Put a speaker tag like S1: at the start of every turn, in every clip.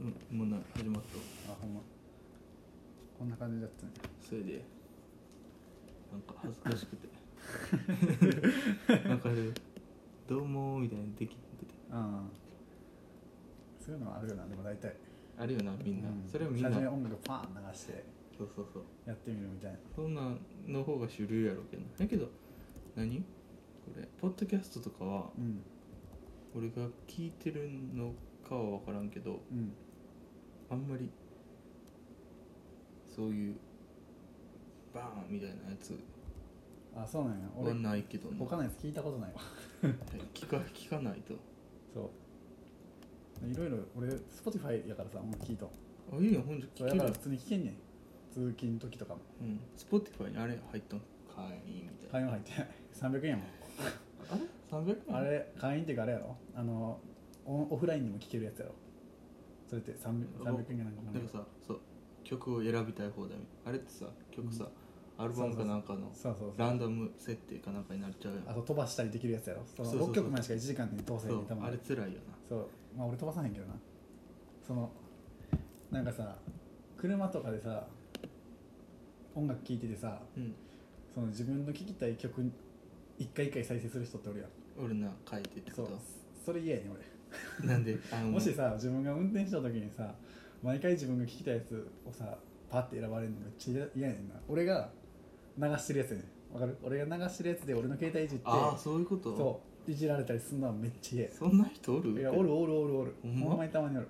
S1: うんもうな始まっ
S2: あほんまこんな感じだったね
S1: たそれでなんか恥ずか しくてなんかあれ「どうも」みたいなのできてて
S2: ああそういうのはあるよなでも大体
S1: あるよなみんな、
S2: うん
S1: それはみんな
S2: 最初に
S1: そ
S2: 音楽パーン流して
S1: うそうそう
S2: やってみるみたいな
S1: そんなんの方が主流やろうけどなだけど何これポッドキャストとかは
S2: うん
S1: 俺が聞いてるのかは分からんけど
S2: うん
S1: あんまりそういうバーンみたいなやつ
S2: あそうなんや俺
S1: はないけどな
S2: 他のやつ聞いたことないわ
S1: 聞か聞かないと
S2: そういろいろ俺 Spotify やからさもう聞いとん
S1: あいいやほんじ
S2: そ
S1: ゃ
S2: うや
S1: 聞け
S2: か
S1: ば
S2: ら普通に聞けんねん通勤の時とかも
S1: うん、Spotify にあれ入ったん会員みたい
S2: 会員は入って ない300円やもん
S1: なあれ300円
S2: あれ会員っていうかあれやろあのオンオフラインでも聴けるやつやろそれって 300, 300円がなんかも
S1: なんかさそう曲を選びたい放題あれってさ曲さ、アルバムかなんかの
S2: そうそうそ
S1: ラ
S2: う
S1: ンダム設定かなんかになっちゃうやん
S2: あと飛ばしたりできるやつやろその
S1: そうそうそう
S2: 6曲前しか1時間で通せ
S1: そ
S2: る
S1: う
S2: たま
S1: あ
S2: に
S1: れ辛いよな
S2: そうまあ俺飛ばさへんけどなそのなんかさ車とかでさ音楽聴いててさ
S1: うん
S2: その自分の聴きたい曲一回一回再生する人っておるやん
S1: 俺な書いてって
S2: そ
S1: こ
S2: うそれ嫌やねん俺
S1: となんであの
S2: もしさ自分が運転した時にさ毎回自分が聞きたいやつをさパッて選ばれるのめっちゃ嫌やねんな俺が流してるやつやねんわかる俺が流してるやつで俺の携帯いじって
S1: ああそういうこと
S2: そういじられたりするのはめっちゃ嫌や
S1: そんな人おる
S2: いやおるおるおるおる
S1: ほんま
S2: ほんまにたまにおる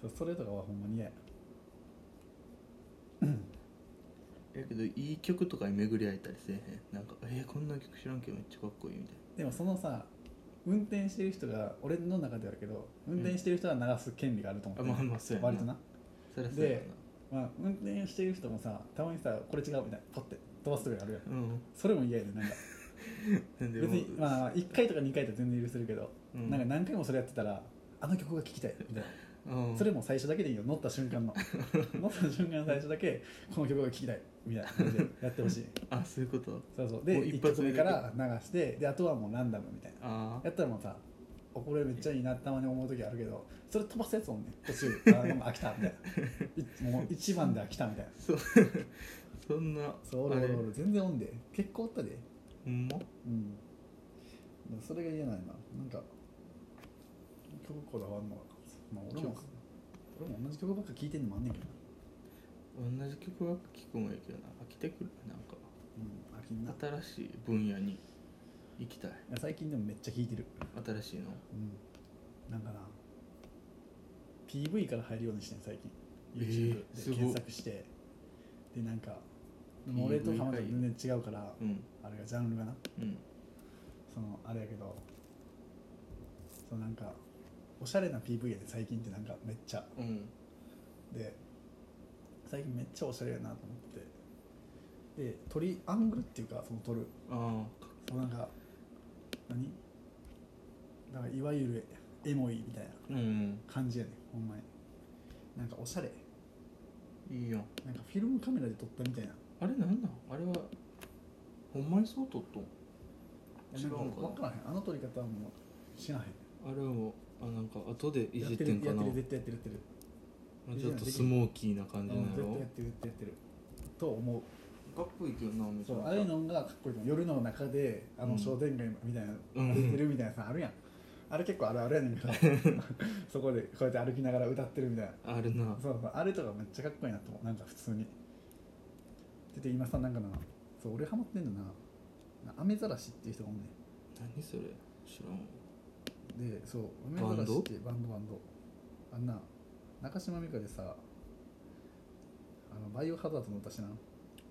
S2: そうそれとかはほんまに嫌や
S1: やけどいい曲とかに巡り合えたりせえへんなんかえー、こんな曲知らんけどめっちゃかっこいいみたい
S2: でもそのさ運転してる人が俺の中ではあるけど運転してる人は流す権利があると思ってる、
S1: なあまあまあそうやな
S2: 割とな
S1: そりゃそうやな
S2: でまあ、運転してる人もさたまにさこれ違うみたいなポッて飛ばす時あるやん
S1: うん
S2: それも嫌やねなんか
S1: なんで
S2: 別に
S1: もう
S2: まあ1回とか2回とか全然許せるけど、
S1: うん
S2: なんか何回もそれやってたらあの曲が聴きたいみたいな
S1: うん、
S2: それも最初だけでいいよ乗った瞬 間の乗った瞬間の最初だけこの曲が聴きたいみたいな感じでやってほしい
S1: あそういうこと
S2: そうそう
S1: も
S2: で
S1: う
S2: 1
S1: 一発
S2: 曲
S1: 目
S2: 目
S1: で
S2: から流してであとはもうランダムみたいな
S1: ああ
S2: やったらもうさおこれめっちゃいいなってたまに思う時あるけどそれ飛ばすやつもんね途中あーもう飽きたみたいないもう1番で飽きたみたいな
S1: そう そんな
S2: そうお
S1: あ
S2: るお
S1: れ
S2: るおる全然おんで結構おったで
S1: ほんま
S2: うん、だからそれが嫌ないななんか曲こだわんのはまあ俺も
S1: 曲
S2: 俺も同じ曲ばっか聴いてんのもあんねんけどな、
S1: 同じ曲は聴くもんやけどな飽きてくるなんか
S2: うん、飽きんない
S1: 新しい分野に行きたい
S2: や最近でもめっちゃ聴いてる
S1: 新しいの
S2: うんなんかな PV から入るようにしてん最近
S1: え
S2: YouTube
S1: ー
S2: です
S1: ごっ
S2: 検索して、でなんかでも俺と
S1: PV
S2: 浜田と全然違うから、
S1: うん
S2: あれがジャンルがな
S1: うん
S2: そのあれやけどそのなんかおしゃれな PV やで最近ってなんかめっちゃ
S1: うん
S2: で最近めっちゃおしゃれやなと思ってで撮りアングルっていうかその撮る
S1: あ
S2: そのなんか何だからいわゆるエモいみたいな
S1: あうん
S2: 感じやねんほんまになんかおしゃれ
S1: いいやん
S2: なんかフィルムカメラで撮ったみたいな
S1: あれなんなんあれはほんまにそう撮っとん違
S2: なんか
S1: うんかな
S2: 分からへんあの撮り方はもう知らへん
S1: あれをあなんか後でい
S2: やっ
S1: じってて
S2: る
S1: んか
S2: やっ
S1: な
S2: てる絶対やってるやってる
S1: ちょっとスモーキーな
S2: う
S1: 感
S2: ん
S1: じな
S2: 絶対
S1: の
S2: やってるやってるやってると思う
S1: かっこいいけどなめち
S2: そ
S1: ゃ
S2: う
S1: めちゃ
S2: ああいうのがかっこいいと思う夜の中であ
S1: う
S2: の
S1: ん
S2: 商店街みたいな
S1: うん
S2: 歩いてるみたいなさあるやんあれ結構あるあるやねんけど そこでこうやって歩きながら歌ってるみたいな
S1: あるな
S2: そうそうあれとかめっちゃかっこいいなと思うなんか普通にでで今さなんかなそう俺ハマってんのなな雨ざらしっていう人がおんね
S1: 何それ知らん
S2: んでそう雨
S1: バ
S2: ざ
S1: ンド
S2: らしってバンドバンドあんな中島美嘉でさあのバイオハザードの歌しな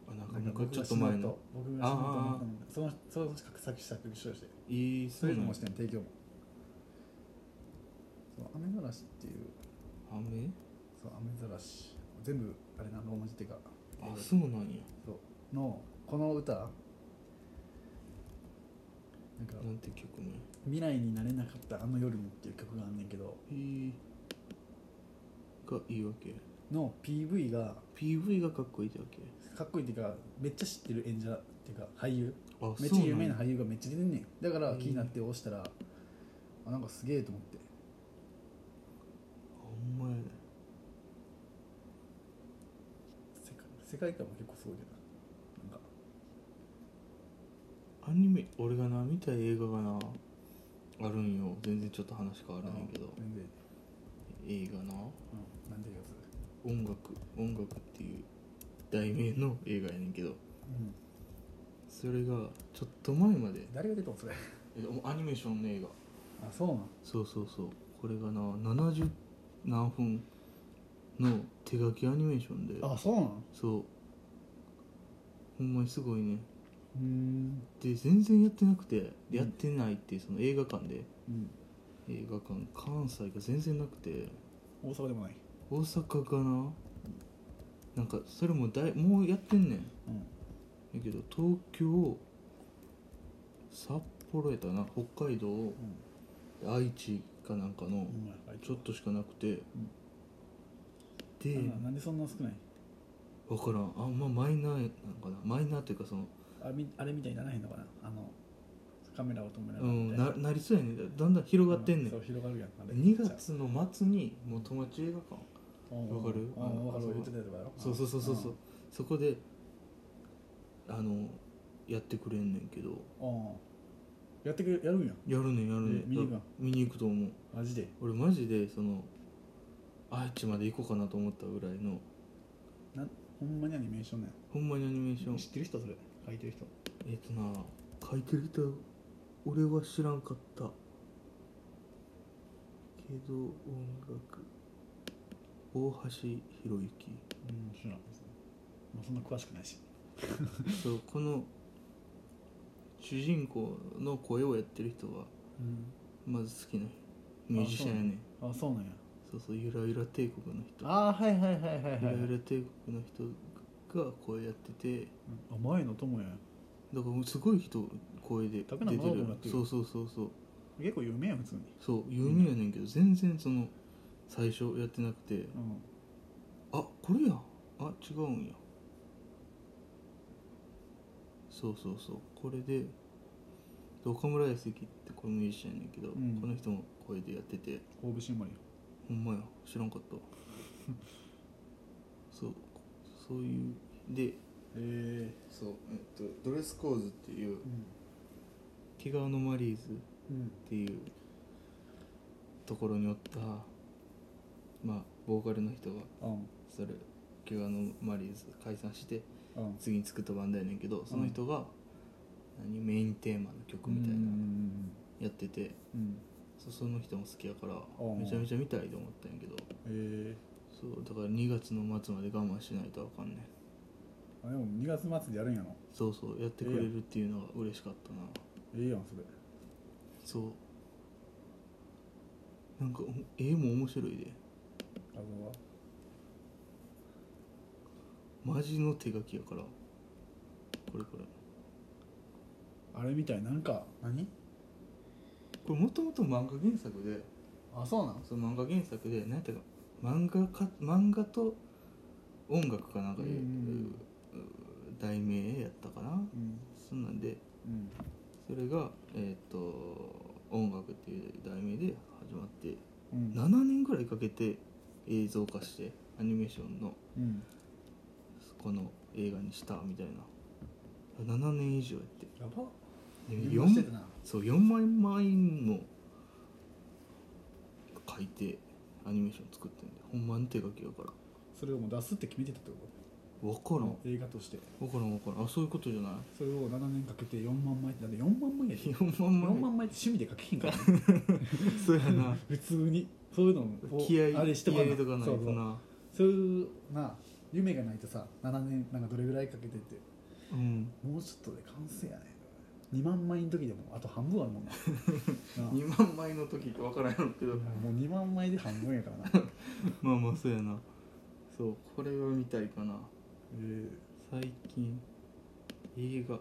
S1: あなん
S2: な
S1: か
S2: んか
S1: もう
S2: 僕
S1: ちょ
S2: が
S1: っ
S2: 死
S1: と
S2: ぬ
S1: 前の
S2: と僕が死ぬと思ったのそのその作作詞作詞をして
S1: いいそ
S2: そう
S1: う
S2: い
S1: な
S2: うの
S1: の
S2: もしてん提供もそう雨ざらしっていう
S1: 雨
S2: そう雨ざらし全部あれなローマ字っていうか
S1: あそうなんや
S2: そうのこの歌なんか
S1: なんて曲も
S2: 「未来になれなかったあの夜に」っていう曲があんねんけど
S1: へえがいいわけ
S2: の PV が
S1: PV がかっこいいってわけ
S2: かっこいいっていうかめっちゃ知ってる演者っていうか俳優
S1: あ
S2: めっちゃ有名
S1: ん
S2: な
S1: や
S2: 俳優がめっちゃ出てんねんだか
S1: へ
S2: ら
S1: ー
S2: 気になって押したらあなんかすげえと思って
S1: ほんんまやで
S2: 世界世界観も結構すごいけどななんか
S1: アニメ俺がな見たい映画がなあるんよ全然ちょっと話変わらないけど
S2: 全然
S1: 映画な
S2: うんなんていうやつ
S1: 音楽音楽っていう題名の映画やねんけど
S2: う
S1: それがちょっと前まで
S2: ん誰が出たのそれ
S1: えアニメーションの映画
S2: あそうなん
S1: そうそうそうこれがな70何分の手書きアニメーションで
S2: あそうなん
S1: そうほんまにすごいね
S2: うん
S1: で全然やってなくてでやってないっていうその映画館で
S2: うん
S1: 映画館関西が全然なくて
S2: 大阪でもない
S1: 大阪かななんかそれもだいもうやってんねん
S2: うん
S1: だけど東京札幌やったかな北海道愛知かなんかの
S2: うんうん
S1: ちょっとしかなくて、
S2: ん
S1: で
S2: なんなんでそんな少ない
S1: 分からんあんまマイナーなんかなマイナーっていうかその
S2: あみあれみたいにならへんのかなあのカメラを止めな
S1: う
S2: がらみた
S1: ん
S2: いな
S1: ななりそうやねだんだん広がってんねん
S2: そう広がるやんあれ
S1: 2月の末にもう友達映画館
S2: わ
S1: わかる
S2: あ分か
S1: あそ
S2: る
S1: う
S2: 言ってたやつだろ
S1: そうそうそうそうそうそこであのやってくれんねんけど
S2: うんうんやってくれやるんや
S1: やるねんやるね
S2: え
S1: ん
S2: 見に行くん
S1: だ見に行くと思う
S2: マジで
S1: 俺マジでその愛知まで行こうかなと思ったぐらいの
S2: なんほんまにアニメーションなんや
S1: ほんまにアニメーション
S2: 知ってる人それ書いてる人
S1: えっとな書いてる人俺は知らんかったけど音楽大橋 博之
S2: うん知らんまあそんな詳しくないし
S1: そうこの主人公の声をやってる人はまず好きなミュージシャンやねん
S2: あそうなんや
S1: そうそうゆらゆら帝国の人
S2: あはいはいはいはい
S1: ゆ
S2: は
S1: ら
S2: い
S1: ゆら帝国の人が声やってて
S2: あ前の友や
S1: だからもうすごい人声で出て
S2: 竹中直人もやってる
S1: るそうそうそうそう
S2: 結構有名やん普通に
S1: そう有名やねんけど全然その最初やってなくて
S2: うん
S1: あこれやあ違うんやそうそうそうこれでで岡村康之ってこれもいいシャンやねんけど、
S2: ん
S1: この人も声でやってて
S2: 神戸新聞や
S1: ほんまや知らんかった そうそういうで
S2: え
S1: そうえっとドレスコーズって
S2: えう
S1: いう
S2: ん
S1: 毛皮のマリーズ
S2: うん
S1: っていうところにおったまあボーカルの人が
S2: うん
S1: それ怪我のマリーズ解散して
S2: うん
S1: 次に作ったバンドやねんけどその人が、何メインテーマの曲みたいな
S2: うん
S1: のやってて
S2: うん
S1: そその人も好きやから
S2: うん
S1: めちゃめちゃ見たいと思ったんやけど
S2: うんええ
S1: そうだから2月の末まで我慢しないとあかんねん
S2: あでも2月末でやるんやろ
S1: そうそうやってくれるっていうのが嬉しかったな
S2: ええやんそれ
S1: そうなんか絵も面白いで
S2: 画像は
S1: マジの手書きやからこれこれ
S2: あれみたいなんか何
S1: これもともと漫画原作で
S2: あそうなん
S1: その漫画原作で何やったか漫画か漫画と音楽かなんかいう
S2: うん
S1: う題名やったかな
S2: うん
S1: そんなんで
S2: うん
S1: それがえっ、と音楽っていう題名で始まって
S2: うん
S1: 7年ぐらいかけて映像化してアニメーションの
S2: うん
S1: この映画にしたみたいな7年以上やって
S2: やば
S1: で
S2: 運動して
S1: 4
S2: たな
S1: そう4枚枚も書いてアニメーション作ってんでほんまに手書きやから
S2: それをもう出すって決めてたってこ
S1: 分からん
S2: と映画として
S1: 分からん分からんあそういうことじゃない
S2: それを7年かけて4万枚ってだって4万枚やで
S1: 4万枚
S2: 4万枚って趣味で書けへんからね
S1: そうや な
S2: 普通にそういうのを
S1: 気合い
S2: あれしておか
S1: 気
S2: な
S1: 合いとかな
S2: そ
S1: いと
S2: うそう
S1: な
S2: そういうな夢がないとさ7年なんかどれぐらいかけてって
S1: うん
S2: もうちょっとで完成やね2万枚の時でもあと半分ある もんななあいや
S1: 2万枚の時って分からんやろうけど
S2: もう2万枚で半分やからなえ
S1: まあまあそうやなそうこれは見たいかな
S2: ー
S1: 最近映画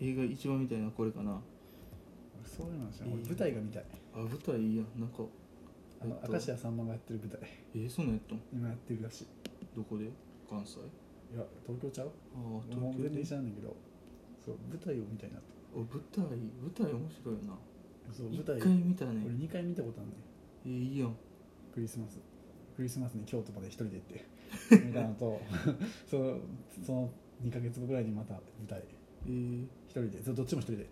S1: 映画一番みたいなこれかな
S2: 俺そういうのは知らん
S1: いい
S2: 俺舞台が見たい
S1: あ舞台いいやんなんか
S2: あの
S1: えっと
S2: 明石家さんまがやってる舞台
S1: えー、そんなんやったん
S2: 今やってるらしい
S1: どこで関西
S2: いや東京ちゃう
S1: ああ
S2: もう
S1: 東京
S2: 全
S1: で
S2: 然知らんねんけどそう舞台を見たいなと
S1: お舞台舞台面白いな
S2: そう舞
S1: 一
S2: 台
S1: 回見た
S2: 俺
S1: ね
S2: 2回見たことあるねん
S1: えーいいやん
S2: クリスマスクリスマスに京都まで一人で行って見たのと そのその2か月後ぐらいにまた舞台
S1: えー、
S2: 一人でそうどっちも一人で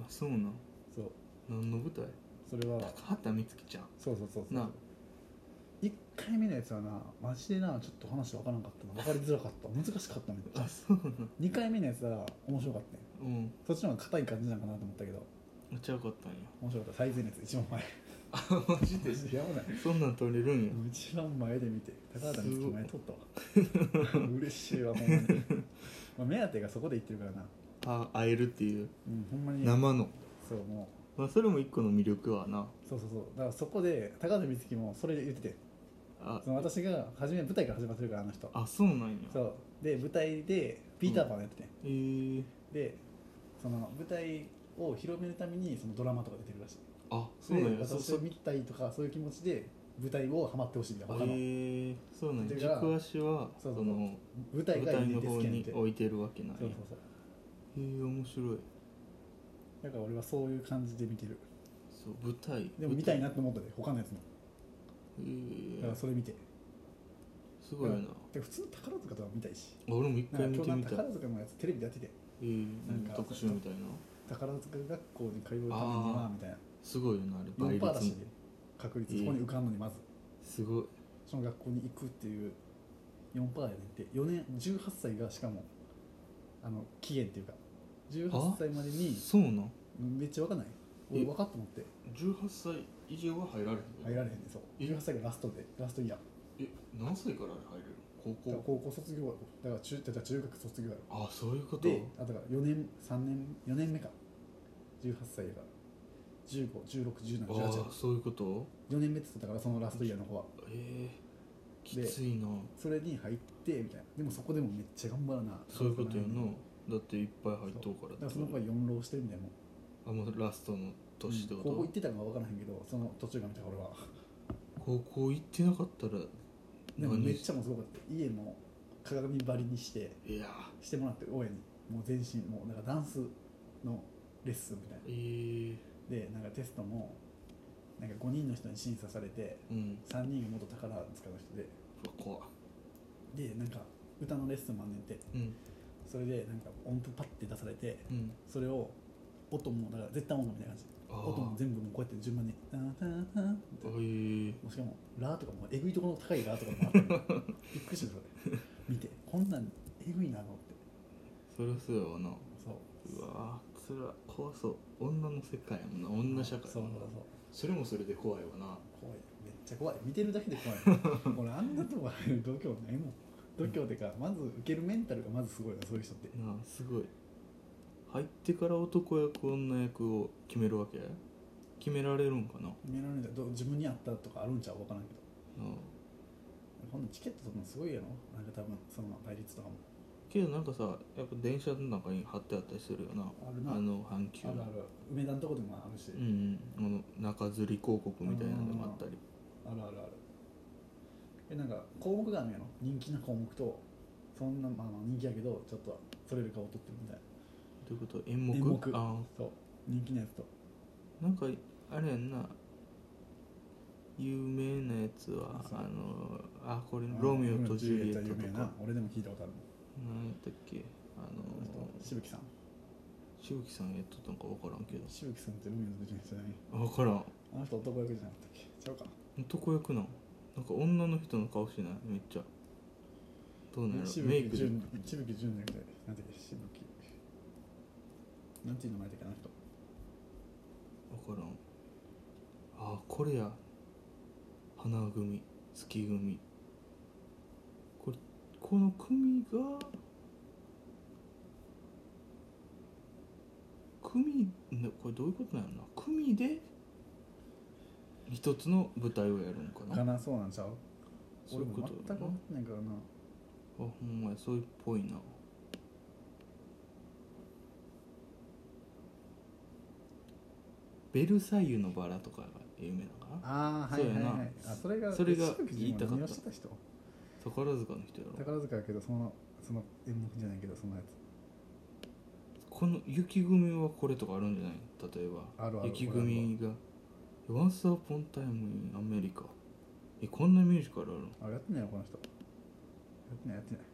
S1: あそうなん
S2: そう
S1: 何の舞台
S2: それは
S1: 高畑充希ちゃん
S2: そうそうそうそう
S1: な
S2: 1回目のやつはなマジでなちょっと話分からんかったな分かりづらかった難しかったみたい
S1: あそうなん
S2: 2回目のやつは面白かったね
S1: うん
S2: そっちの方が硬い感じなんかなと思ったけど
S1: めっちゃよかったんや
S2: 面白かった最前列一番 前
S1: あマジで
S2: やばない
S1: そんなん撮れるんや
S2: もう一番前で見て高畑充希前撮ったわ嬉しいわほんまに、まあ、目当てがそこで行ってるからな
S1: あ会えるっていう
S2: うんほんまに
S1: 生の、
S2: そうも
S1: まあ、それも一個の魅力はな
S2: うそうそうそうだからそこで高畑充希もそれで言ってて
S1: あ
S2: その私が初め舞台から始まってるからあの人
S1: あそうなんや
S2: そうで舞台でピーターパンやってて、
S1: えー、
S2: でその舞台を広めるためにそのドラマとか出てるらしい
S1: あそうなん
S2: で
S1: やそう
S2: 私
S1: そ
S2: を
S1: う
S2: 見たいとかそういう気持ちで舞台をハマってほしいみたいな他の
S1: えー、そうなんや
S2: だから
S1: 軸足は
S2: そ
S1: そう
S2: そう
S1: の
S2: 舞台
S1: 舞
S2: が
S1: 台
S2: ユニ
S1: の
S2: ティス
S1: 方
S2: キャンっ
S1: に
S2: てそう
S1: 置いてるわけなんや
S2: そう
S1: へ
S2: そう
S1: えー、面白い
S2: だから俺はそういう感じで見てる
S1: そう舞台
S2: でも見たいなと思ったで他のやつも
S1: え
S2: だから
S1: ー、
S2: それ見て
S1: すごいな
S2: だで普通の宝塚とか見たいし
S1: 俺も一
S2: なんか
S1: 回見
S2: 今
S1: て
S2: 日なん
S1: み
S2: か
S1: たい
S2: 宝塚のやつテレビでやってて
S1: えー、
S2: なんか
S1: 特集みたいな
S2: 宝塚学校に通うためにはみたいな
S1: すごいよなあれ
S2: 4パーだ
S1: 倍
S2: し
S1: 率
S2: 確率
S1: えー
S2: そこに受かんのにまず
S1: すごい
S2: その学校に行くっていう4パーやねんって4年18歳がしかもあの期限っていうか18歳までに
S1: そうなん
S2: めっちゃ分かんない
S1: え
S2: 俺分かったと思って
S1: 18歳以上は入られへ
S2: 入
S1: ん
S2: られへんねそう
S1: え
S2: 18歳がラストでラストイヤー
S1: え何歳からあれ入れる
S2: だか
S1: 高
S2: ら
S1: 校
S2: 高校卒業だから中だから中学卒業やろ
S1: あそういうこと
S2: であだから4年3年4年目か18歳やから
S1: ああ
S2: 15161718
S1: そういうこと
S2: 4年目って言ってたからそのラストイヤーの方は
S1: えー、き
S2: で
S1: ついな
S2: それに入ってみたいなでもそこでもめっちゃ頑張らな
S1: そういうことやな
S2: だ
S1: だっていっぱい入っとうから
S2: からその子は4浪してるみたいなもん
S1: あもうラストの年ってこ
S2: 高校行っ
S1: と、
S2: てたかは分からへんけどその途中が見た俺は
S1: 高校行ってなかったら
S2: でも
S1: 何
S2: めっちゃもうすごかった家も鏡張りにして
S1: いや
S2: してもらって親にもう全身もうなんかダンスのレッスンみたいな
S1: ーえ
S2: でなんかテストもなんか5人の人に審査されて
S1: ー、うん
S2: 3人が元宝塚の人
S1: うわ怖っ
S2: ででなんか歌のレッスンもあんねんて
S1: うん
S2: それでなんか音符パッて出されて
S1: うん
S2: それを音もだから絶対音楽みたいな感じ
S1: あー
S2: 音も全部もうこうやって順番に「タンタンタン」って
S1: えー、
S2: もうしかも「ラ」とかもえぐいところの高い「ラ」とかもあったの びっくりしたそれ見てこんなんえぐいなのって
S1: そりゃそうやわな
S2: そう
S1: うわーつら怖そう女の世界やもんな女社会
S2: そう
S1: やも
S2: そ
S1: ん
S2: う
S1: な
S2: そう
S1: それもそれで怖いわな
S2: 怖いめっちゃ怖い見てるだけで 怖い俺あんなとこ入る度胸ないもん度胸てかまず受けるメンタルがまずすごいなそういう人って
S1: なあすごい入ってから男役女役を決めるわけ決められるんかなな
S2: 見られるんだどう自分に合ったとかあるんちゃう分からんけど
S1: あ
S2: ほんでチケットとかもすごいやろなんか多分その倍率とかも
S1: けどなんかさやっぱ電車の中に貼ってあったりするよな
S2: あるな
S1: あの阪急
S2: あ
S1: の
S2: るある梅田のとこでもあるし、
S1: うんうんあの中吊り広告みたいなのでもあったり
S2: あるあるあるえなんか項目があるんやろ人気な項目とそんなまあまあ人気やけどちょっとそれより顔取ってるみたいな
S1: ということ演目
S2: 演目
S1: あ
S2: そう人気なやつと
S1: あなんかあれやんな有名なやつは
S2: あそう
S1: あのあこれ「ロミオとジュリエット」
S2: 有名
S1: と
S2: や
S1: か
S2: な俺でも聞いたことあるもん
S1: 何やったっけあの
S2: しぶきさん
S1: しぶきさんやっとったんか分からんけど
S2: しぶきさんってロミオの時の人じゃない
S1: 分からん
S2: あの人男役じゃなかったっけちゃうか
S1: 男役なんなんか女の人の顔してないめっちゃどうなんや
S2: し
S1: ろ
S2: ぶ
S1: メイ
S2: き
S1: クで
S2: 純しぶき純じゃなくてなんていうっけしぶきなんていう名前だっけあの人
S1: 分からんあこれや花組月組これこの組が組ねこれどういうことなんやろな組で一つの舞台をやるんかな
S2: かなそうなんちゃう
S1: そういう
S2: 俺
S1: こ
S2: も
S1: と
S2: 全く
S1: だ
S2: 分か
S1: よなん
S2: ないからな
S1: あほんまやそういうっぽいなベルサイユのバラとかが有名なのかな
S2: ああはいはいはい
S1: そうやな
S2: あそれが
S1: それが
S2: しぶき純は
S1: 言いたかった
S2: 何をしてた人
S1: 宝塚の人やろ
S2: 宝塚やけどそのその演目じゃないけどそのやつ
S1: この雪組はこれとかあるんじゃない例えば
S2: あるある
S1: 雪組が「Once Upon a Time in America」えこんなミュージカルあるの
S2: あれやってないのこの人やってないやってない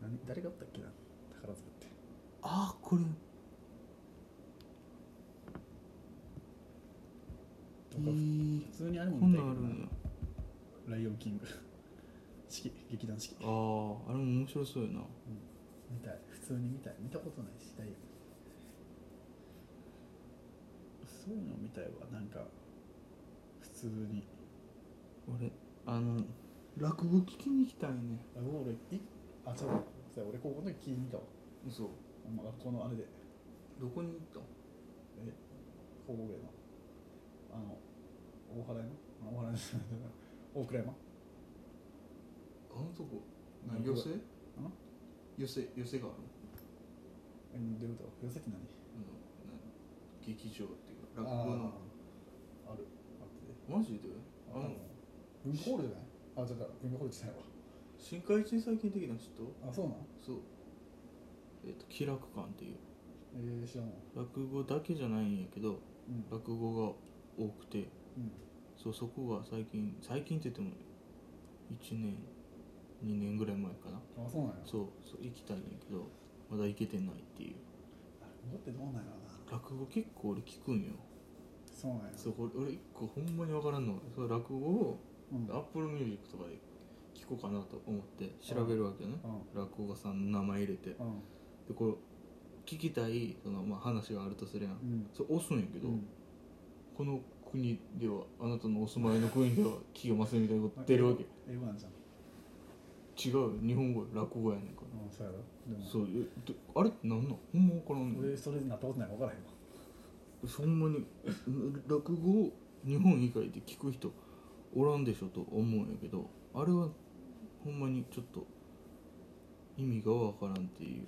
S2: 何誰がおったっけな宝塚って
S1: あーこれえ
S2: 普
S1: ー、
S2: 通にあれも
S1: こん
S2: 見た
S1: ないんあ
S2: けど
S1: る
S2: なん
S1: や
S2: ライオンキング式劇団式
S1: あーあれも面白そうよな
S2: 見たい普通に見たい見たことないし大丈夫そういうの見たいわなんか普通に
S1: 俺あの落語聞きに行きたいね
S2: あ俺いあそうだそうだ俺高校の時聞いに行ったわ
S1: 嘘
S2: お前学校のあれで
S1: どこに行ったの
S2: え高校ぐらいのあの大原山あ大原山じゃない大倉山
S1: あのとこ
S2: 何
S1: 寄せ
S2: ん
S1: 寄せ寄せがある
S2: えどういうこと寄せって何
S1: あのな劇場っていうか落語の
S2: あーあるあって
S1: マジであ
S2: あ
S1: の
S2: の文庫ホールじゃないあじゃあ文庫ホールじゃないわ
S1: 深海一に最近的な人
S2: あそうなん
S1: そうえっ、と気楽館っていう
S2: えー、知らんわ
S1: 落語だけじゃないんやけど
S2: うん
S1: 落語が多くて
S2: うん
S1: そうそこが最近最近って言っても1年2年ぐらい前かな
S2: あそうなんや
S1: そうそう行きたいんやけどまだ行けてないっていう
S2: 戻ってどうなんやろな
S1: 落語結構俺聞くんよ
S2: そうなんや
S1: そうこれ俺一個ほんまに分からんのその落語を
S2: うん
S1: アップルミュージックとかで聞こうかなと思って調べるわけよね
S2: うん
S1: 落語家さんの名前入れてで
S2: うん
S1: こう聞きたいその、まあ、話があるとするやん
S2: うん
S1: それ押すんやけど、
S2: うん
S1: この国ではあなたのお住まいの国では聞けませんみたいなこと出るわけ
S2: 英語なんじゃん
S1: 違うよ日本語よ落語やねんから
S2: うんそうやろでも
S1: そうえどあれってなんなんほんま分からんの
S2: 俺それになったことないから分からへんわ
S1: そんなにうん落語を日本以外で聞く人おらんでしょと思うんやけどあれはほんまにちょっと意味が分からんっていう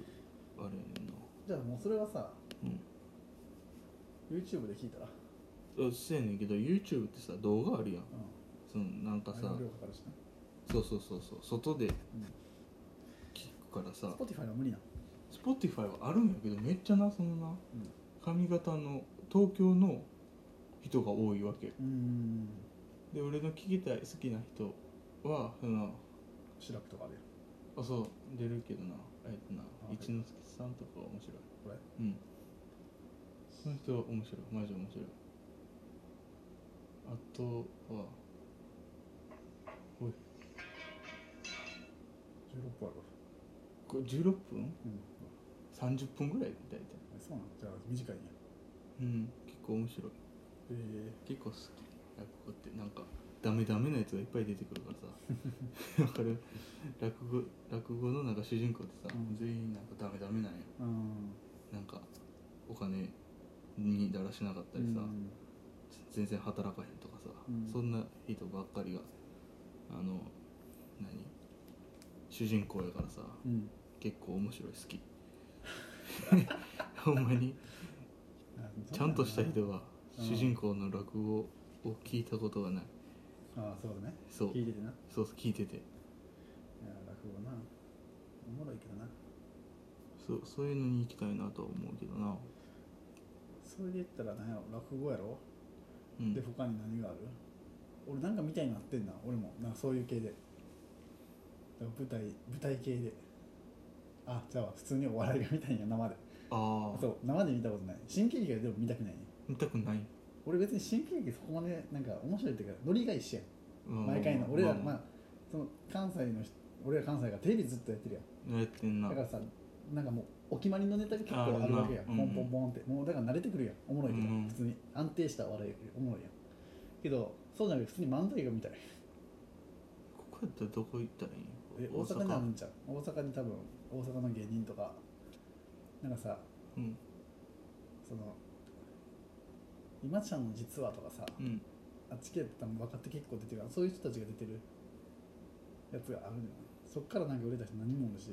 S1: あれやね
S2: じゃあもうそれはさ
S1: ん
S2: YouTube で聞いたら
S1: なあせやねんけど YouTube ってさ動画ある
S2: う
S1: やん
S2: ん
S1: そのなんかさ
S2: あれも量かかるしな
S1: そうそうそうそう外で
S2: うん
S1: 聞くからさ
S2: Spotify は無理な
S1: Spotify はあるんやけどめっちゃなそのな
S2: うん
S1: 髪型の東京の人が多いわけ
S2: うん
S1: で俺の聞きたい好きな人はその
S2: シラクとかあるやん
S1: あそう出るけどなえっとな
S2: あ
S1: 一之輔さんとかは面白い
S2: これ
S1: うんその人は面白いマジ面白いあとはおい
S2: 16分あるわ
S1: これ16分
S2: うん
S1: 30分ぐらい大体
S2: えそうなんじゃあ短いんや
S1: うん結構面白い
S2: ええ
S1: 結構好き落語ってなんかダメダメなやつがいっぱい出てくる からさわかる落語落語のなんか主人公ってさ、
S2: うん
S1: 全員なんかダメダメなんや
S2: うん
S1: なんかお金にだらしなかったりさ、全然働かへんとかさ、
S2: うん
S1: そんな人ばっかりがあの何主人公やからさ
S2: うん
S1: 結構面白い好き ほんまにちゃんとした人が
S2: うん
S1: 主人公の落語を聞いたことがない
S2: ああそうだね
S1: そう
S2: 聞いててない
S1: そう聞いてて
S2: や落語なおもろいけどな
S1: そうそういうのに行きたいなとは思うけどな
S2: それで言ったら何やろ落語やろ、
S1: うん
S2: で他に何がある俺なんかみたいになってんな俺もなんかそういう系でだから舞台舞台系であじゃあ普通にお笑いが見たいんや生で
S1: ああ
S2: そう生で見たことない新喜劇はでも見たくないね
S1: 見たくない、
S2: 俺別に新喜劇そこまでなんか面白いっていうかノリが一緒やん
S1: うん
S2: 毎回の俺ら
S1: まあ
S2: まあその関西の人俺ら関西がテレビずっとやってるやん
S1: やってんな
S2: だからさなんかもうお決まりのネタが結構あるわけやん
S1: あ
S2: ポ
S1: るなうん
S2: ンポンポンってもうだから慣れてくるやんおもろいけど、
S1: うんうん
S2: 普通に安定した笑いよりおもろいやんけどそうじゃなくて普通に漫才が見たい
S1: ここやったらどこ行ったらいい
S2: え
S1: の
S2: 大阪にあるんちゃう大阪に多分大阪の芸人とかなんかさ
S1: うん
S2: その今ちゃんの実はとかさ、
S1: うん
S2: あっち系多分若手結構出てるからそういう人たちが出てるやつがあるじゃないそっからなんか売れた人何人もおるし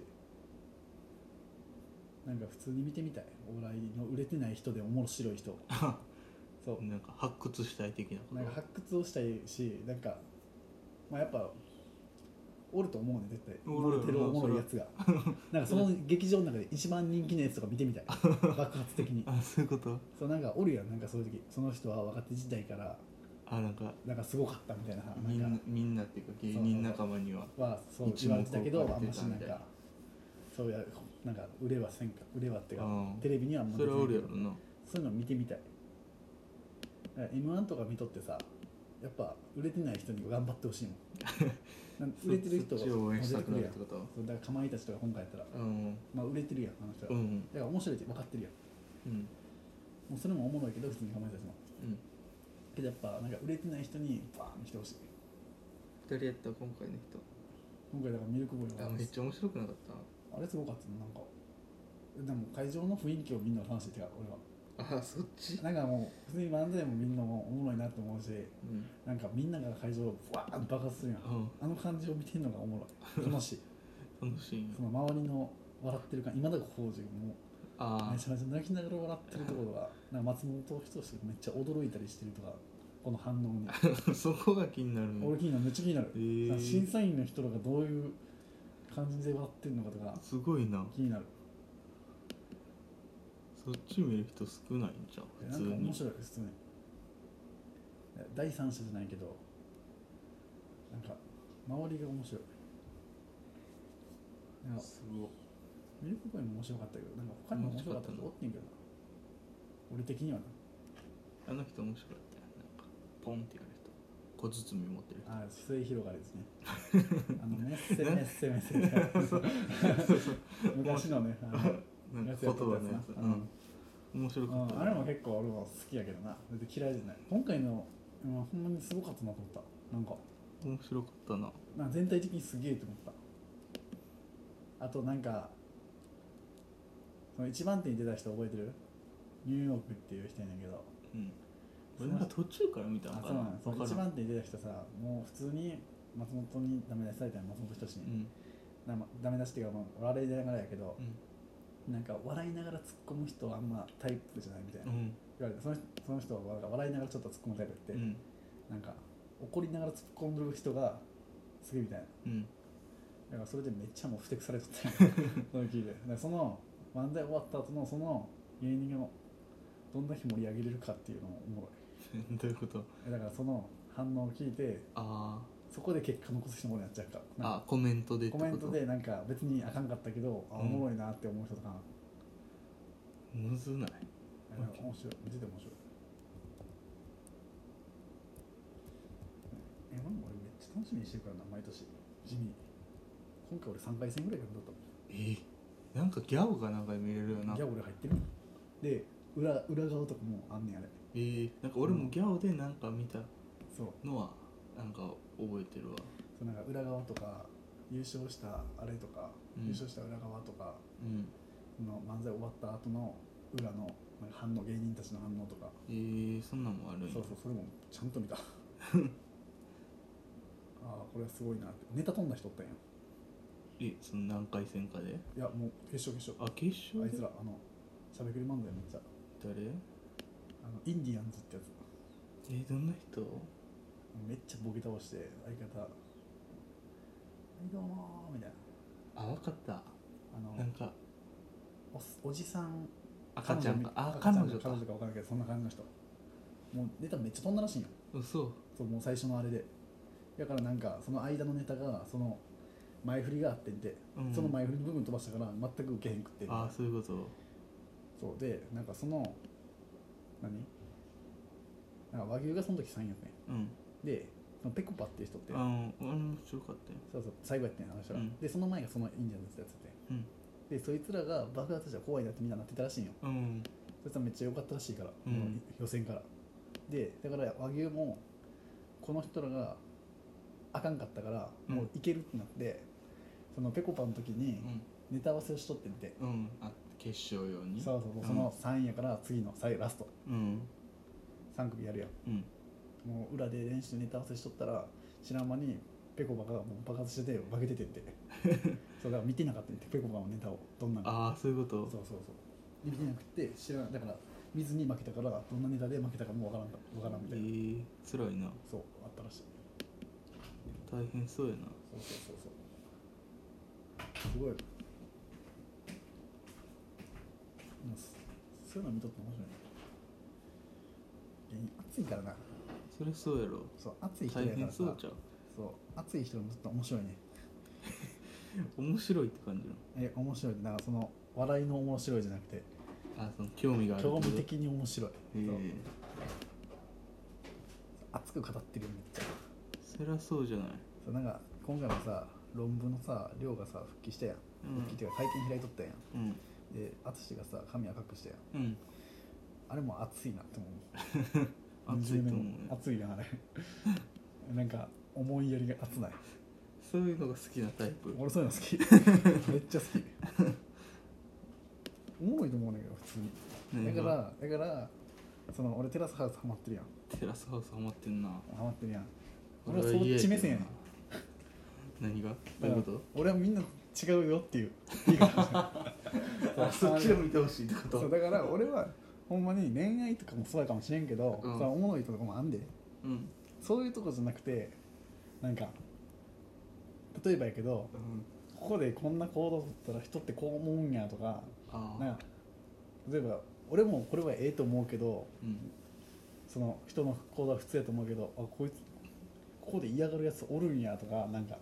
S2: なんか普通に見てみたいお笑いの売れてない人で面白い人そう
S1: なんか発掘したい的なこと
S2: なんか発掘をしたいしなんかまあやっぱおると思うね絶対
S1: おるよ
S2: 売れてるおもろいやつがなんかその劇場の中で一番人気のやつとか見てみたい爆発的に
S1: あそういうこと
S2: そうなんかおるやんなんかそういう時その人は若手時代から
S1: ああなんか
S2: なんかすごかったみたいなさ
S1: みん
S2: な
S1: なん
S2: か
S1: みんなっていうか芸人仲間には
S2: はそう
S1: 一
S2: 言わ
S1: 目
S2: れてたけど
S1: 置か
S2: あん
S1: れ
S2: ま
S1: て
S2: したな
S1: み
S2: ん
S1: たいな
S2: かそうやなんか売れはせんか売れはっていうか
S1: うん
S2: テレビにはあんま
S1: それはおるやろ
S2: 出てない
S1: な
S2: そういうの見てみたい m 1とか見とってさやっぱ売れてない人に頑張ってほしい もんなん
S1: そ
S2: 売れてる人
S1: そっちを応援したくなるって
S2: そう
S1: ことは
S2: だからかまいたちとか今回やったら、
S1: うん
S2: まあ、売れてるやんあの人は、
S1: う
S2: だ
S1: ん
S2: から面白いって分かってるやん
S1: うん
S2: もうそれもおもろいけど普通にかまいたちも
S1: うん
S2: けどやっぱなんか売れてない人にバーン来てほしい
S1: 二人やった今回の
S2: 今回だからミルクボーイ
S1: 人あ
S2: は
S1: めっちゃ面白くなかった
S2: あれすごかったななんかでも会場の雰囲気をみんな楽しいってか俺は
S1: あそっち
S2: なんかもう普通に漫才もみんなもおもろいなと思うし
S1: うん
S2: なんかみんなが会場をバーン爆発するやん、
S1: うん
S2: あの感じを見てんのがおもろい楽しい
S1: 楽しいんや
S2: その周りの笑ってる感今だから浩次も
S1: あ
S2: めちゃめちゃ泣きながら笑ってるところがなんか松本人志がめっちゃ驚いたりしてるとかこの反応に
S1: あ そこが気になるんや
S2: 俺気になるめっちゃ気になる、
S1: え
S2: なんか審
S1: ー
S2: 査員の人らがどういう感じで笑ってるのかとか
S1: すごいな
S2: 気になる
S1: そっち見る人少ないんじゃん
S2: いや
S1: 普
S2: な
S1: 通
S2: んか面
S1: に
S2: 白いですねいや第三者じゃないけどなんか周りが面白いなんか
S1: すごい
S2: ミルクボーイも面白かったけどなんか他にも面白かった人おってんけどな俺的にはな
S1: あの人面白かったよなんかポンってやる人小包み持ってる人
S2: ああ末広がり ですねあのメッセメッセメッセみたいな 昔のねあの
S1: なんか
S2: やつや
S1: 言
S2: っと
S1: 葉
S2: った
S1: の
S2: やつなう
S1: やつうんん面白かっ
S2: うん
S1: た
S2: あれも結構俺も好きやけどな別に嫌いじゃない今回の、うん、ほんまにすごかったなと思ったなんか
S1: 面白かったな
S2: なんか全体的にすげえと思ったあとなんかその一番手に出た人覚えてるニューヨークっていう人やねんけど
S1: うん俺なんか途中から見たの
S2: あ
S1: か
S2: そう
S1: な
S2: なんそ
S1: 分
S2: の
S1: か
S2: 一
S1: らん
S2: 番手に出た人さもう普通に松本にダメ出しされたの松本人志
S1: う
S2: に、
S1: ん
S2: なダメ出しっていうか、まあ、笑いながらやけど
S1: う、ん
S2: なんか笑いながら突っ込む人はあんまタイプじゃないみたいな、
S1: うん
S2: 言われてその人その人はなんか笑いながらちょっと突っ込むタイプやって、
S1: うん
S2: なんか怒りながら突っ込んでる人が好きみたいな
S1: うん
S2: だからそれでめっちゃもうふてくされとったよその聞いてだからその漫才終わった後のその芸人がどんだけ盛り上げれるかっていうのもおも
S1: どういうこと
S2: ろいだからその反応を聞いて
S1: あ
S2: そこで結果残す人もおるやっちゃうか
S1: ー
S2: なんか
S1: あコメントでっ
S2: コ
S1: てこと
S2: メントでなんか別にあかんかったけどあ
S1: うん
S2: おもろいなって思う人とかな
S1: むずない
S2: なんか面白い見てて面白いえなんか俺めっちゃ楽しみにしてるからな毎年地味に今回俺3回戦ぐらいかなと思う
S1: えーなんかギャオがなんか見れるよな
S2: じゃあ俺入ってるで裏裏側とかもあんねんあれ
S1: えーなんか俺もギャオでなんか見た
S2: そう
S1: のはなんか覚えてるわ
S2: そうなんか裏側とか優勝したあれとか、
S1: うん
S2: 優勝した裏側とか
S1: うん
S2: その漫才終わった後の裏のなんか反応芸人たちの反応とか、
S1: えーそんなんもあるんや
S2: そうそうそれもちゃんと 見たああこれはすごいなってネタ飛んだ人おったんや
S1: えその何回戦かで
S2: いやもう決勝決勝
S1: あ決
S2: あ
S1: 勝
S2: い
S1: で
S2: つらあのしゃべくり漫才めっちゃ
S1: 誰
S2: あのインディアンズってやつ
S1: えどんな人
S2: めっちゃボケ倒して相方「はいどうも」みたいな
S1: あわかった
S2: あの
S1: なんか
S2: おっおじさん
S1: 赤ちゃん
S2: み
S1: かあ彼女
S2: 彼
S1: か
S2: 女か分からんけどそんな感じの人もうネタめっちゃ飛んだらしいんよ
S1: 嘘
S2: そうもう最初のあれでだからなんかその間のネタがその前振りがあってんて、
S1: うん
S2: その前振りの部分飛ばしたから全く受けへんくって
S1: あそういうこと
S2: そうでなんかその何なんか和牛がその時3位やったんや
S1: うん
S2: でそのペコパっていう人って
S1: あの俺も強かったよ
S2: そうそう最後やってんあの人が、
S1: うん
S2: でその前がそのインディアンズってやつやって
S1: うん
S2: でそいつらが爆発したら怖いなってみんななってたらしいんよ
S1: うん
S2: そしたらめっちゃ良かったらしいから、
S1: うん
S2: この予選からでだから和牛もこの人らがあかんかったから
S1: うん
S2: もういけるってなって、そのぺこぱの時に
S1: うん
S2: ネタ合わせをしとってみて、
S1: うんあ決勝用に
S2: そうそうそうその3位やから次の最後ラスト
S1: うん
S2: 3組やるやん
S1: うん
S2: もう裏で練習ネタ合わせしとったら知らん間にぺこぱがもう爆発してて負けててって そうだから見てなかったんでぺこぱのネタをどんなのか
S1: ああそういうこと
S2: そうそうそう見てなくて知らんだから見ずに負けたからどんなネタで負けたかもうわからんかわからんみ
S1: え
S2: たいな
S1: ー、辛いな
S2: そうあったらしい
S1: 大変そうやな
S2: そうそうそうそうすごいなんかそそういうの見とって面白いねいや暑いからな
S1: そりゃそうやろ
S2: そう熱い人
S1: 大
S2: やから
S1: 変
S2: さ
S1: そうじゃ
S2: そう熱い人もちょっと面白いね
S1: ん面白いって感じの
S2: え面白いなんかその笑いの面白いじゃなくて
S1: あその興味があるって
S2: 興
S1: こ
S2: 味
S1: と
S2: 的に面白い、
S1: え
S2: そう
S1: ー、
S2: 熱く語ってるよめっちゃ
S1: そりゃそうじゃない、
S2: そうなんか今回もさ論文のさ量がさ復帰したやん
S1: うん、
S2: 復帰っていうか会見開いとったやん
S1: うん
S2: で淳がさ髪赤くしたやん
S1: うん
S2: あれも熱いなって思う
S1: 熱いと思うね
S2: 熱いなあれ なんか思いやりが熱ない
S1: そういうのが好きなタイプ
S2: 俺そういうの好き めっちゃ好きおもろいと思うねんけど普通に
S1: 何
S2: だ
S1: が
S2: からだからその俺テラスハウスハマってるやん
S1: テラスハウスハマってんな
S2: ハマってるやん俺はそっ
S1: 嫌
S2: ち
S1: けど
S2: 目線やねん
S1: 何がど
S2: だ
S1: う
S2: か
S1: い
S2: ら
S1: うこ
S2: 俺はみんな違うよっていう言い方
S1: とあそっちを見てほしいってこ
S2: そう
S1: と
S2: だから俺はほんまに恋愛とかもそうやかもしれんけど、
S1: うん
S2: そのおもろいとこもあんで
S1: うん
S2: そういうとこじゃなくてなんか例えばやけどここでこんな行動取ったら人ってこう思うんやとか
S1: あ
S2: なん
S1: あ
S2: か例えば俺もこれはええと思うけど
S1: うん
S2: その人の行動は普通やと思うけどあこいつここで嫌がるやつおるんやとかなんか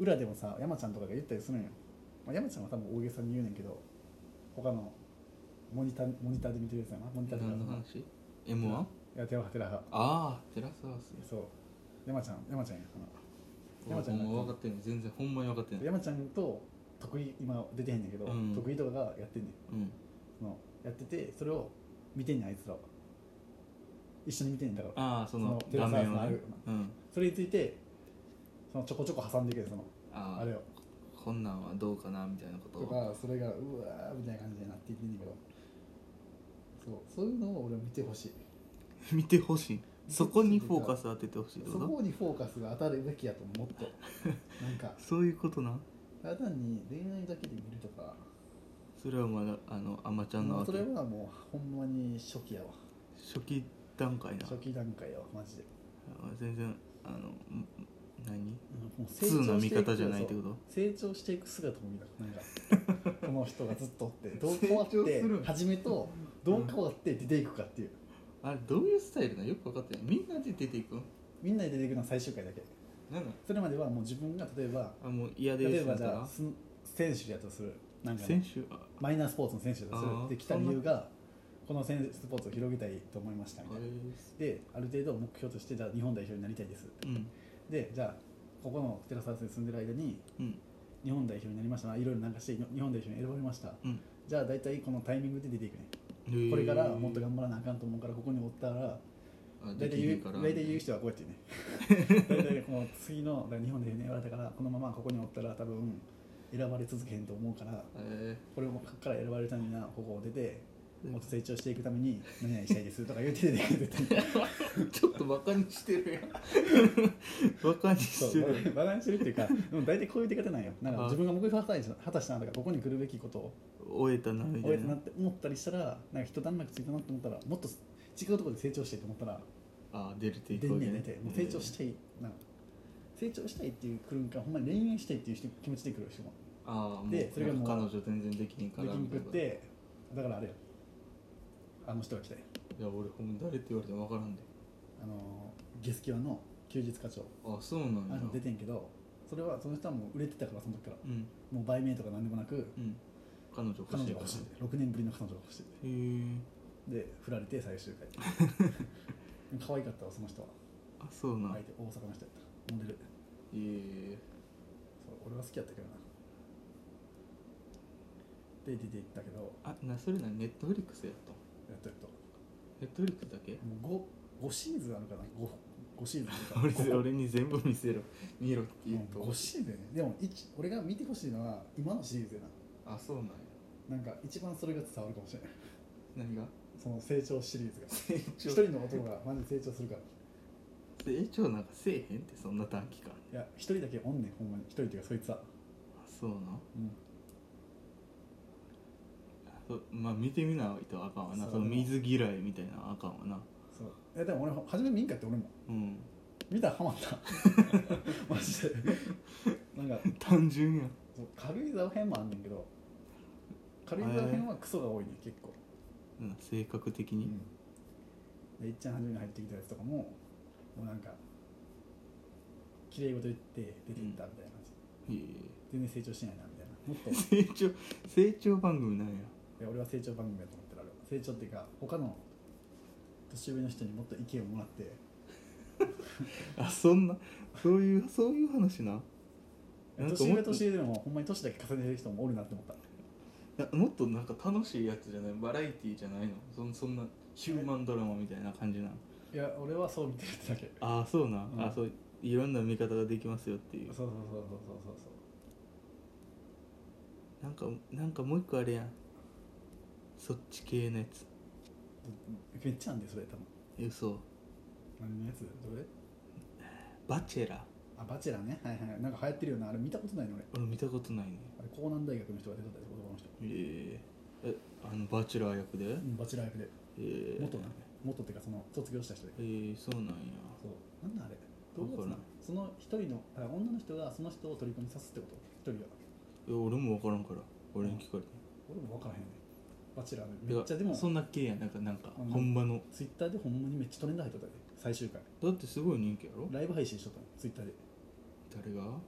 S2: 裏でもさ山ちゃんとかが言ったりするんよ、まあ、山ちゃんは多分大げさに言うねんけど他のモニターモニターで見てるやつやなモニターで
S1: 何の話 M1? あ
S2: いやテラハテラハ
S1: あテラスハウス
S2: そう山ちゃん山ちゃんやあの山ちゃん
S1: もう分かってんね全然ほんまに分かってない
S2: 山ちゃんと得意今出てへんねんけど、
S1: うん
S2: 得意とかがやってんねん
S1: うん
S2: そのやっててそれを見てんねんあいつらは一緒に見てんねんだから
S1: ああその
S2: その
S1: 画
S2: テラスハ
S1: 面を
S2: ウスのあ
S1: ね
S2: る
S1: うん
S2: それについてそのちょこちょこ挟んでいくよその
S1: あ
S2: あれ
S1: あ
S2: を
S1: こんなんはどうかなみたいなこととを
S2: かそれがうわーみたいな感じになっていってんねんけどそうそういうのを俺は見てほしい
S1: 見てほしいそこにフォーカス当ててほしいって
S2: そ
S1: こと
S2: こにフォーカスが当たるべきやと思うもっ となんか
S1: そういうことな
S2: ただ単に恋愛だけで見るとか
S1: それはまだあのアマちゃん
S2: も
S1: の
S2: う
S1: わけ
S2: それはもうほんまに初期やわ
S1: 初期段階な
S2: 初期段階やわマジで
S1: あ全然あのん何
S2: もう
S1: 普通の見方じゃないって
S2: と
S1: こと
S2: 成長していく姿も見たなんかこの人がずっとおってどう変わっ
S1: 成長
S2: て
S1: する
S2: 初めとどう変わって出ていくかっていう、
S1: あれどういうスタイルなのよく分かってないみんなで出ていくん
S2: みんなで出ていくのは最終回だけ
S1: なんなん
S2: それまではもう自分が例えば
S1: あもう嫌で
S2: 例え
S1: す
S2: ば
S1: み
S2: じ
S1: たい
S2: ゃ
S1: な
S2: あす選手やとするなんかね
S1: 選手あ
S2: マイナースポーツの選手だとする
S1: あー
S2: で来た理由がこの選手スポーツを広げたいと思いましたみたいな
S1: あ
S2: である程度目標としてじゃあ日本代表になりたいです
S1: れうん
S2: でじゃあここの寺澤さんに住んでる間に
S1: うん
S2: 日本代表になりましたないろいろなんかして日本代表に選ばれました
S1: うん
S2: じゃあ大体このタイミングで出ていくね
S1: へー
S2: これからもっと頑張らなあかんと思うからここにおったら
S1: あ
S2: 大
S1: で
S2: 体
S1: き
S2: 言
S1: る
S2: う
S1: から
S2: 大体言う人はこうやっ てね大体この次のだから日本で選ばれたからこのままここにおったら多分選ばれ続けへんと思うから
S1: え
S2: これもここから選ばれるためにはここを出てもっと成長していくために何々したいですとか言うて 出てくる絶対に
S1: ーちょっとバカにして るやんバカに
S2: そ
S1: してる
S2: うバランスしてるっていうかでも大体こういう出方なんよなんか
S1: あ
S2: 自分が目標果たした果たしたなとかここに来るべきことを
S1: 終えたなみた
S2: 終え
S1: い
S2: たなっ
S1: な
S2: て思ったりしたらなんか一段落ついたなって思ったらもっと違うところで成長してって思ったら
S1: あ出るってい
S2: で
S1: くわ
S2: ん
S1: け
S2: ねん
S1: ね
S2: 出てもう成長したい、なんか成長したいっていう来るんかほんまに恋愛したいっていう人気持ちで来る人も
S1: ああもう
S2: でそれがもう
S1: 彼女全然できへんか
S2: で
S1: ら
S2: きに
S1: み
S2: く
S1: た
S2: っ
S1: いな
S2: てだからあれよあの人が来たよ
S1: いや俺ほんま誰って言われても分からんで
S2: あのゲスキワの休日課長
S1: あそうなん
S2: あ
S1: だ
S2: の出てんけどそれはその人はもう売れてたからその時から
S1: うん
S2: もう売名とか何でもなく
S1: うん彼女欲
S2: 彼
S1: し
S2: 女
S1: い
S2: が
S1: か
S2: 欲
S1: ら
S2: しい6年ぶりの彼女が欲しい
S1: へえ
S2: で振られて最終回可愛かったわその人は
S1: あそうなん
S2: 相手大阪の人やったモデル
S1: え
S2: そう俺は好きやったけどなで出て行ったけど
S1: あなそれなネットフリックスやった
S2: やっとると
S1: ネットフリックスだけ
S2: もう 5, 5シーズンあるかな 5, 5シーズンとか
S1: 俺
S2: 五個
S1: 俺に全部見せろ見ろって
S2: う
S1: 言うんと
S2: 5シーズンやねでも一俺が見てほしいのは今のシリーズや
S1: あそうなんや
S2: ななんか一番それが伝わるかもしれない
S1: 何が
S2: その成長シリーズが
S1: 成
S2: 一
S1: 長
S2: 人の男がマジで成長するから
S1: 成長なんかせえへんってそんな短期間で
S2: いや一人だけおんねんほんまに一人っていうかそいつは
S1: あそうなん
S2: うん
S1: そまあ見てみないとあかんわな
S2: そう
S1: その水嫌いみたいなのあかんわな
S2: そういやでも俺初め見んかって俺も
S1: うん
S2: 見たらハマった マジでなんか
S1: 単純や
S2: そう軽井沢編もあんねんけど軽井沢編はクソが多いね結構、
S1: うん性格的
S2: う
S1: に
S2: ん、でいっちゃん初めに入ってきたやつとかももうなんか綺麗事言って出て行ったみたいな感じ、
S1: へ
S2: 全然成長しないなみたいなもっ とい
S1: え 成長成長番組なんや
S2: や俺は成長番組だと思ってるあれは成長っていうか他の年上の人にもっと意見をもらって
S1: あそんなそういうそういう話ななんか
S2: 年
S1: も
S2: 上
S1: っと
S2: 年上でもほんまに年だけ重ねてる人もおるなって思った
S1: なもっとなんか楽しいやつじゃないバラエティじゃないのそんそんなヒューマンドラマみたいな感じなの
S2: いや俺はそう見てるってだけ
S1: ああそうな、
S2: うん
S1: あそういろんな見方ができますよってい
S2: そ
S1: う
S2: うそうそうそうそうそう
S1: なんかなんかもう一個あれやんそっち系のやつ
S2: めっちゃあんでそれ多分
S1: え嘘
S2: 何のやつどれ
S1: バチェラー
S2: あバチェラーねはいはいなんか流行ってるよなあれ見たことないの俺
S1: 俺見たことないね
S2: あれ江南大学の人が出てたよ男の人
S1: えええあのバチェラー役で、
S2: うんバチェラー役で
S1: ええ
S2: 元な元っていうかその卒業した人で
S1: ええそうなんや
S2: そうなんだあれどういうこと
S1: わ
S2: な
S1: からん
S2: その一人のあ女の人がその人を取り込みさすってこと一人は
S1: え俺も分からんから俺に聞かれて、
S2: 俺も分からへんねバチェラー
S1: て
S2: で
S1: か
S2: めっちゃでも
S1: そんな系やんなんかなんか
S2: うん
S1: 本場の
S2: ツイッターでほんまにめっちゃトレンド入っとったで最終回
S1: だってすごい人気やろ
S2: ライブ配信しとったのツイッターで
S1: 誰が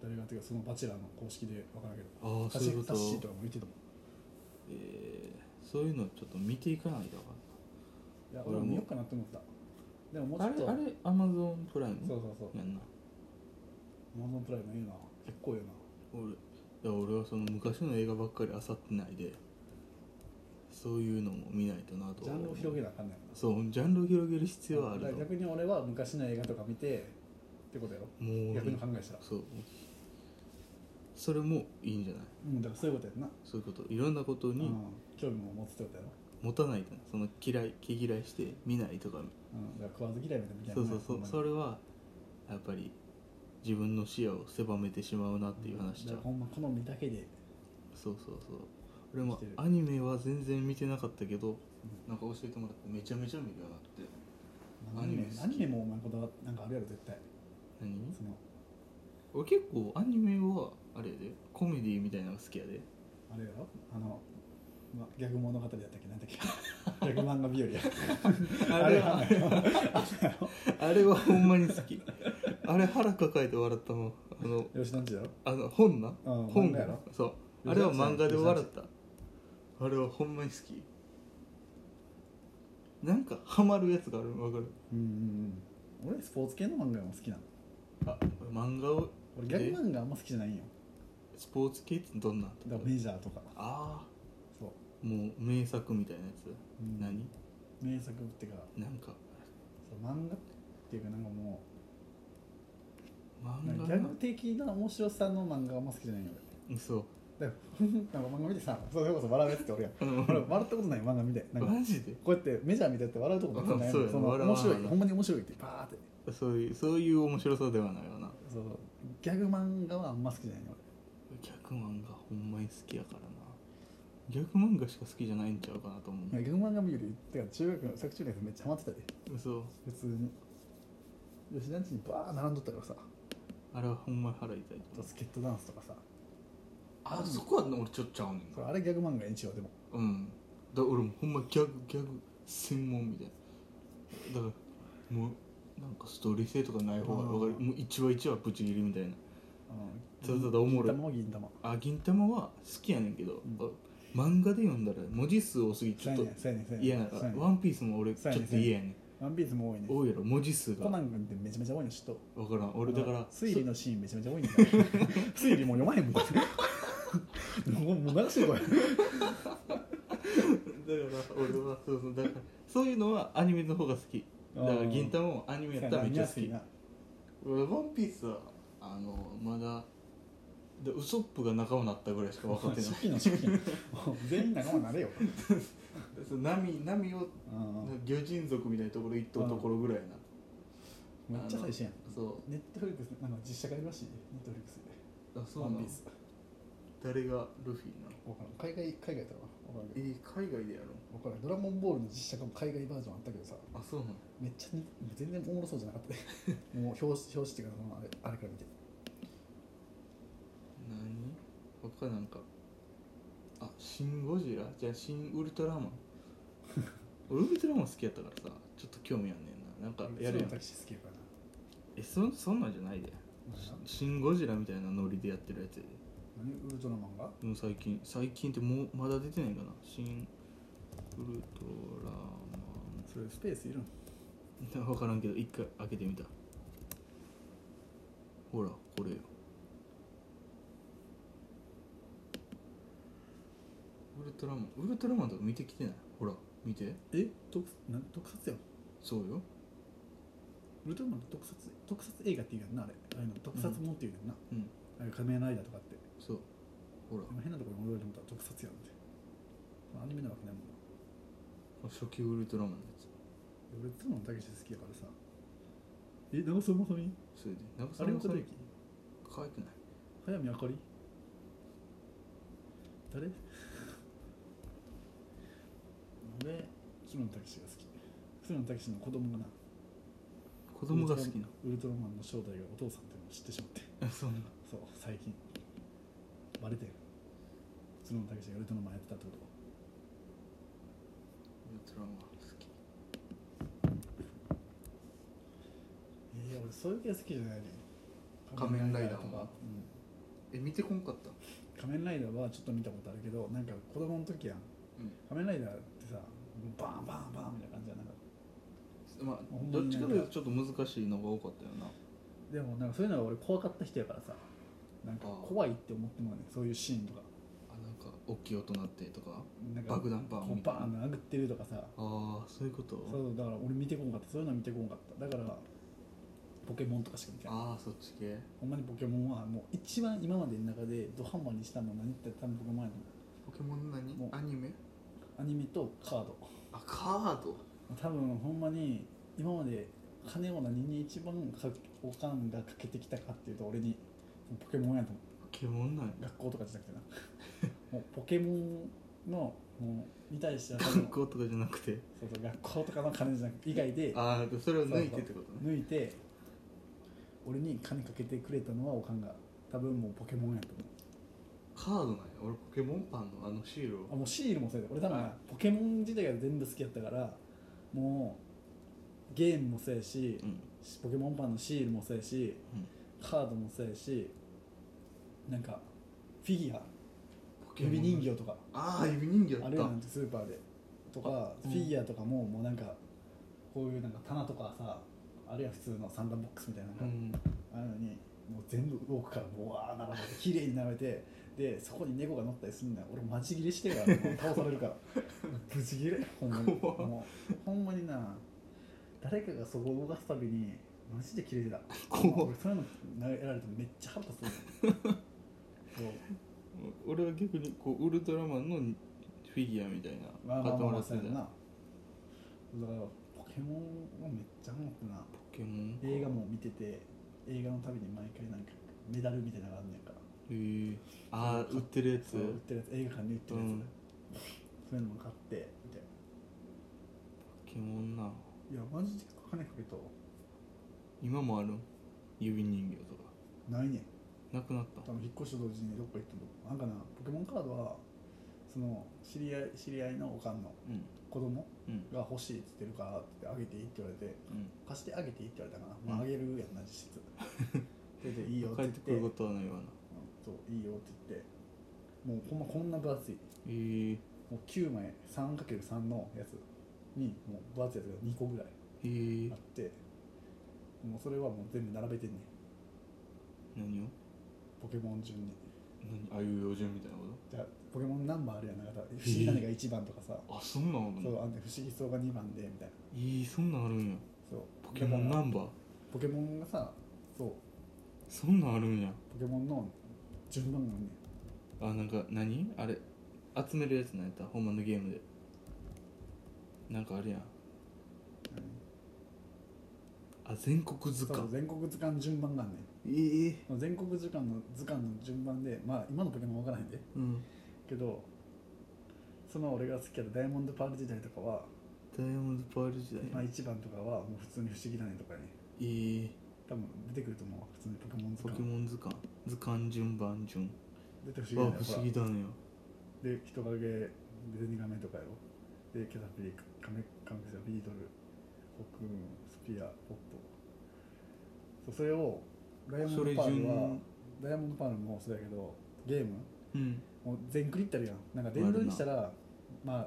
S2: 誰がっていうかそのバチェラーの公式で分からんけど
S1: ああ
S2: タ
S1: そう
S2: ッシ
S1: いう
S2: ー
S1: こと
S2: タッシーとかも見てたもん
S1: えー、そういうのちょっと見ていかないだわ
S2: いや
S1: 俺
S2: 俺
S1: も
S2: も見ようかなと思ったでももうちょ
S1: あ
S2: っ
S1: れ
S2: と
S1: あれアマゾンプライム
S2: そうそうそう
S1: やんな
S2: モンゾンプライムいいな結構いいな
S1: 俺いや俺はその昔の映画ばっかり漁ってないでそういうのも見ないとなと
S2: ジャンルを広げなあかんねんな
S1: そうジャンルを広げる必要はある
S2: だ
S1: よ
S2: から逆に俺は昔の映画とか見てってことやろ
S1: もう
S2: 逆に考えしたら
S1: そうそれもいいんじゃない
S2: うんだからそういうことやんな、
S1: そういうこといろんなこと
S2: うん
S1: に、
S2: 興味も持つってことやろ、
S1: 持たないとなその嫌い毛嫌いして見ないとか
S2: うん、だから食わず嫌いみたいなみたい
S1: そ
S2: な
S1: うそうそうそれはやっぱり自分の視野を狭めてしまうなっていう話ちゃう、
S2: ほんま好みだけで
S1: そうそうそう俺も
S2: してる
S1: アニメは全然見てなかったけど、なんか教えてもらってめちゃめちゃ見るようになって
S2: アニメ
S1: アニメ好き
S2: アニメもお前こだわなんかあるやろ絶対
S1: 何
S2: その
S1: 俺結構アニメはあれやでコメディみたいなのが好きやで
S2: あれやろあの、ま、ギャグ物語だったっけなんだっけ ギャグ漫画日和や
S1: あれは
S2: あれは
S1: あれはほんまに好きあれ腹抱えて笑ったのあの
S2: 吉田んちだろ
S1: あの本な
S2: うん
S1: 本
S2: 漫画やろ
S1: そうあ
S2: よ
S1: れ
S2: し
S1: は
S2: あんちゃん
S1: 漫画で笑ったあれはほんまに好きなんかハマるやつがあるわかる
S2: うんうんうん俺スポーツ系の漫画も好きなの
S1: あ漫画を
S2: 俺ギャグ漫画あんま好きじゃないんよ
S1: スポーツ系ってどんなん
S2: だからメジャーとか
S1: あ
S2: そう、
S1: あもう名作みたいなやつ、
S2: うん
S1: 何
S2: 名作っていうか
S1: なんか
S2: そう漫画っていうかなんかもうなん
S1: 漫
S2: か
S1: 画
S2: ギャグ的な面白さの漫画あんま好きじゃないんよ
S1: そう
S2: 俺だからなんか漫画見てさそれこそ笑うやつって俺や ん俺笑ったことない漫画見てなんか
S1: マジで
S2: こうやってメジャー見てって笑うとこ全くない
S1: そう
S2: の
S1: やな
S2: その
S1: 笑わ
S2: 面
S1: ん
S2: 白いほんまに面白いってパーって
S1: そういうそういう面白さではないよな
S2: そうギャグ漫画はあんま好きじゃないの
S1: 逆漫画ほんまに好きやからな逆漫画しか好きじゃないんちゃうかなと思う、
S2: 俺ギャグ漫画見るよりてか中学の作中のやつめっちゃハマってたで
S1: そう
S2: 普通に吉田んちにバー並んどったからさ
S1: あれはほんまに腹痛い
S2: あとスケットダンスとかさ
S1: あそこは俺ちょっとちゃうねん
S2: そうあれギャグ漫画一応でも
S1: うんだ俺もほんまギャグギャグ専門みたいなだからもうなんかストーリー性とかない方がわかる
S2: あー
S1: もう一話一話ぶち切りみたいな
S2: うん
S1: そうそうだおもろい
S2: 銀玉銀玉
S1: あ銀玉は好きやねんけど、あ漫画で読んだら文字数多すぎてち
S2: そう
S1: ょっ
S2: や
S1: と
S2: ねんそうやねんそうや
S1: 嫌
S2: ね
S1: や
S2: ん
S1: か
S2: そう
S1: ら
S2: やねん
S1: ワンピースも俺ち
S2: そ
S1: ょ
S2: う
S1: っ
S2: やねん
S1: と嫌やねん
S2: ワンピースも多いね
S1: 多いやろ文字数
S2: コナ
S1: が
S2: ン君ってめちゃめちゃ多いの知っと
S1: 分からん俺だから
S2: 推理のシーンめちゃめちゃ多いんだよ推理もう読まへんも んもうもう流してこい
S1: だから俺はそうそうだからそういうのはアニメの方が好きだから銀玉もアニメやったらめっちゃ好
S2: そうや
S1: き
S2: な見や
S1: 俺ワンピースはあのまだでウソップが仲間になったぐらいしか分かって
S2: す
S1: ない
S2: いな初期の初期のもう全員仲間になれよ、
S1: そう波波を
S2: うん
S1: 魚人族みたいなところ行ったところぐらいな
S2: めっちゃ最新やん
S1: あのそ
S2: ネットフリックスなんか実写化あるらしいねネットフリックスで
S1: うあそう
S2: ワ
S1: な
S2: ン
S1: の
S2: ピース
S1: 誰がルフィなの
S2: わからん海外海外だわわからんけ
S1: え
S2: ど
S1: ー海外でやろ
S2: わからんドラゴンボールの実写化も海外バージョンあったけどさ
S1: うあそうなの
S2: めっちゃに全然おもろそうじゃなかったねも う表紙表紙っていうかそのあれあれから見て
S1: 何他 なんかあシン・ゴジラじゃあシン・ウルトラマン俺ウルトラマン好きやったからさちょっと興味あんねんななんかやるやん
S2: タクシー好きやからな
S1: えそそんなんじゃないでシン・ゴジラみたいなノリでやってるやつやで
S2: 何ウルトラマンが
S1: もう最近最近ってもうまだ出てないかな新ウルトラ
S2: それスペースいるの
S1: マン分からんけど一回開けてみたほらこれよウルトラマンウルトラマンとか見てきてないほら見て
S2: え特なん特撮やん
S1: そうよ
S2: ウルトラマンって特撮特撮映画って言うやんなあれあれの特撮もんって言うやんな、
S1: うん
S2: あれ仮面ライダーとかって
S1: そうほら
S2: 今変なところに戻ろうと思ったら特撮やんってアニメなわけないもんな
S1: 初期ウルトラマンのや
S2: 俺ウルトラマンたけし好きやからさえ長澤まさみ
S1: つそれで
S2: あ
S1: 長澤
S2: れ
S1: ま
S2: も
S1: さ
S2: それ
S1: み可愛くない
S2: 早見あかり誰俺菅野武史が好き菅野武史の子供がな
S1: 子供が好きな
S2: ウルトラマンの正体がお父さんっていうのを知ってしまって
S1: あ そうな
S2: そう最近バレてる菅野武史がウルトラマンやってたってこと
S1: ウルトラマン好き
S2: いや俺そういう系好きじゃないね
S1: 仮面ライダー
S2: 仮面
S1: は
S2: うん
S1: え見てこんかった
S2: 仮面ライダーはちょっと見たことあるけどなんか子供の時やん
S1: う
S2: 仮面ライダーってさバーンバーンバーンみたいな感じやんなんか
S1: んまあ
S2: ほんま
S1: どっ
S2: に
S1: ち
S2: なん
S1: か
S2: か
S1: というとちょっと難しいのが多かったよな
S2: でもなんかそういうのが俺怖かった人やからさなんか
S1: ああ
S2: 怖いって思ってもねそういうシーンとか
S1: あなんか大きい音鳴ってとか
S2: なんか
S1: 爆弾バーン
S2: こう
S1: みたい
S2: バ
S1: な
S2: ーン殴ってるとかさ
S1: ああそういうこと
S2: そうだから俺見てこんかったそういうのは見てこんかっただからポケモンとかしか見てない
S1: ああそっち系
S2: ほんまにポケモンはもう一番今までの中でドハンマーにしたのは何って言ったら多分ポケモンやと思
S1: ポケモン何
S2: もう
S1: アニメ
S2: うアニメとカード
S1: あカード
S2: 多分ほんまに今まで金を何に一番かおかんがかけてきたかっていうと俺にポケモンやと思
S1: ポケモ ンなんや
S2: う学校とかじゃなくてなもうポケモンのもうに対しては多分
S1: 学校とかじゃなくて
S2: そうそう学校とかの金じゃなく以外で
S1: ああそれを抜いてってことね
S2: 抜いて俺に金かけてくれたのはおかんが多分もうポケモンやと思
S1: カードなんや俺ポケモンパンのあのシール
S2: うあ
S1: を
S2: もうシールもそうやで俺多分
S1: はい
S2: なポケモン自体が全部好きやったからもうゲームもそうやし、
S1: うん
S2: ポケモンパンのシールもそうやし
S1: うん
S2: カードもそうやしなんかフィギュア
S1: ポケモン
S2: 指人形とか
S1: ああ指人形あ
S2: あ
S1: っ
S2: るや
S1: た
S2: んスーパーでとかフ
S1: うん
S2: ィギュアとかももうなんかこういうなんか棚とかさあるいは普通の三段ボックスみたいなのが
S1: うん
S2: あるのにもう全部動くからボワー並べて綺麗に並べてでそこに猫が乗ったりするんだよ俺マジギレしてからもう倒される からブチギレほんまに
S1: 怖っ
S2: もうほんまにな誰かがそこを動かすたびにマジでキレてた
S1: 怖っ
S2: 俺そういうのやられてめっちゃ腹立つのそう
S1: 俺は逆にこうウルトラマンのフィギュアみたいな
S2: まあま
S1: 買
S2: あ
S1: っ
S2: ま
S1: て
S2: あ
S1: も
S2: ま
S1: ら
S2: あ
S1: って
S2: そう
S1: た
S2: やろなだ
S1: じゃん
S2: からポケモンはめっちゃハマってな
S1: ポケモンか
S2: 映画も見てて映画のたびに毎回なんかメダルみたいなのがあんねんから
S1: へえああ売ってるやつ
S2: そう売ってるやつ映画館に売ってるやつ、
S1: うん
S2: そういうのも買ってみたいな
S1: ポケモンない
S2: やマジで金かけと
S1: 今もある指人形とか
S2: ないねん
S1: なくなった
S2: 多分引っ越しと同時にどっか行ってもなんかなポケモンカードはその知り合い知り合いのおかんの
S1: うん
S2: 子供
S1: うん
S2: が欲しいって言ってるからってあげていいって言われて
S1: う
S2: 貸してあげていいって言われたかな、
S1: うん
S2: まあ、あげるやんな実質それでいいよっ
S1: ん
S2: て
S1: 帰っ
S2: 言ってて
S1: くることはないわな
S2: うんそういいよって言ってもうほんまこんな分厚い
S1: へえ
S2: もう9枚 3×3 のやつにもう分厚いやつが2個ぐらい
S1: へえ
S2: あってもうそれはもう全部並べてんねん
S1: 何を
S2: ポケモン順に
S1: 何あいう用順みたいなこ
S2: じゃあポケモンナンバーあるやんなんかさ不思議なのが1番とかさ、
S1: とあそんなんある
S2: そう
S1: の
S2: あんで不思議そうが2番でみたいな
S1: ええそんなんあるんや
S2: そう
S1: ポケモンナ
S2: だか
S1: ンバー
S2: らポケモンがさそう
S1: そんなんあるんや
S2: ポケモンの順番があんねん
S1: あなんか何あれ集めるやつなんやったほんまのゲームでなんかあるやんあ全国図
S2: そう
S1: 鑑
S2: 全国図鑑順番があんねん
S1: ええ
S2: その全国図鑑の図鑑の順番でまあ今のポケモン分からへんで
S1: うん
S2: けどその俺が好きやったダイヤモンドパール時代とかは、
S1: ダイヤモンドパール時代
S2: まあ、
S1: え
S2: 1番とかはもう普通に不思議だねとかね
S1: え
S2: 多分出てくると思うわ普通にポケモン図
S1: ポケ
S2: 鑑
S1: モン図鑑図鑑順番順
S2: 出て不
S1: あ
S2: 思議だね
S1: 不思議だねよ
S2: ほらで人影で2画目とかやろでキャタピーカメカメクジャビートルコクーンスピアポットそうそれをダイヤモ
S1: そ
S2: ンド
S1: れ
S2: パールは
S1: 順
S2: ダイヤモンドパールもそうだけどゲーム
S1: うん
S2: もう全クリってあるやんなんか電動にしたらまあ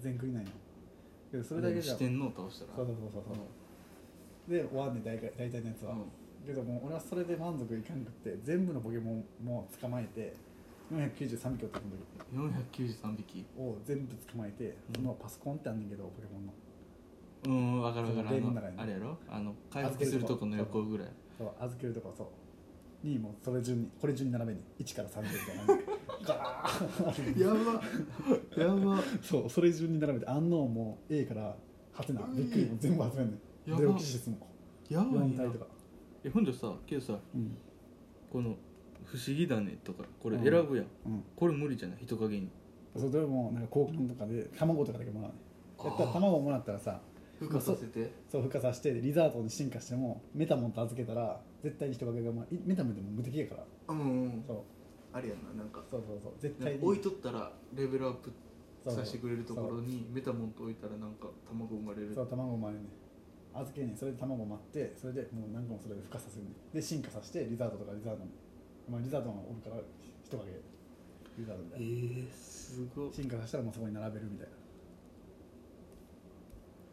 S2: 全クリなんやけどそれだけじゃ
S1: 視
S2: そう
S1: 点のを倒したら
S2: そうそうそうそうで終わんねん大体大体のやつは、
S1: うん
S2: けどもう俺はそれで満足いかんくって全部のポケモンも捕まえて493匹おったその時
S1: 493匹
S2: を全部捕まえて、
S1: うん
S2: そのパソコンってあんねんけどポケモンの
S1: うん分かる分か
S2: ゲ
S1: るあ
S2: ームの
S1: の
S2: 中にね
S1: あれやろあの回復するとこの横ぐらい
S2: そう預けるとこそうにもうそれ順にこれ順に並べに1から30みたいな感 じでガーッあるんで
S1: やばやば
S2: そうそれ順に並べて安納も A からハテナびっくりも全部集めんね
S1: や
S2: ん
S1: ば
S2: ゼロキシスも
S1: やばい
S2: 4
S1: な
S2: 体とか、
S1: えほんでさけどさ
S2: うん
S1: この「不思議だね」とかこれ
S2: うん
S1: 選ぶやん、
S2: うん、
S1: これ無理じゃない人影に
S2: それでもなんか交換とかで卵とかだけもらうねんやったら卵もらったらさ
S1: 孵化させて
S2: そう孵化させてリザートに進化してもメタモンと預けたら絶対に人影が、まあ、いメタモンでも無敵やから
S1: うんうん
S2: そう
S1: あれやななんか
S2: そうそうそう絶
S1: なん
S2: 対
S1: か
S2: に
S1: 置いとったらレベルアップ
S2: そう
S1: させてくれるところにメタモンと置いたらなんか卵生まれる
S2: そう卵もあるね預けねそれで卵待ってそれでもう何個もそれで孵化させるねで進化させてリザードとかリザードもまあリザードもおるから人影リザードみた
S1: え
S2: いな
S1: ー、すごい
S2: 進化させたらもうそこに並べるみたいな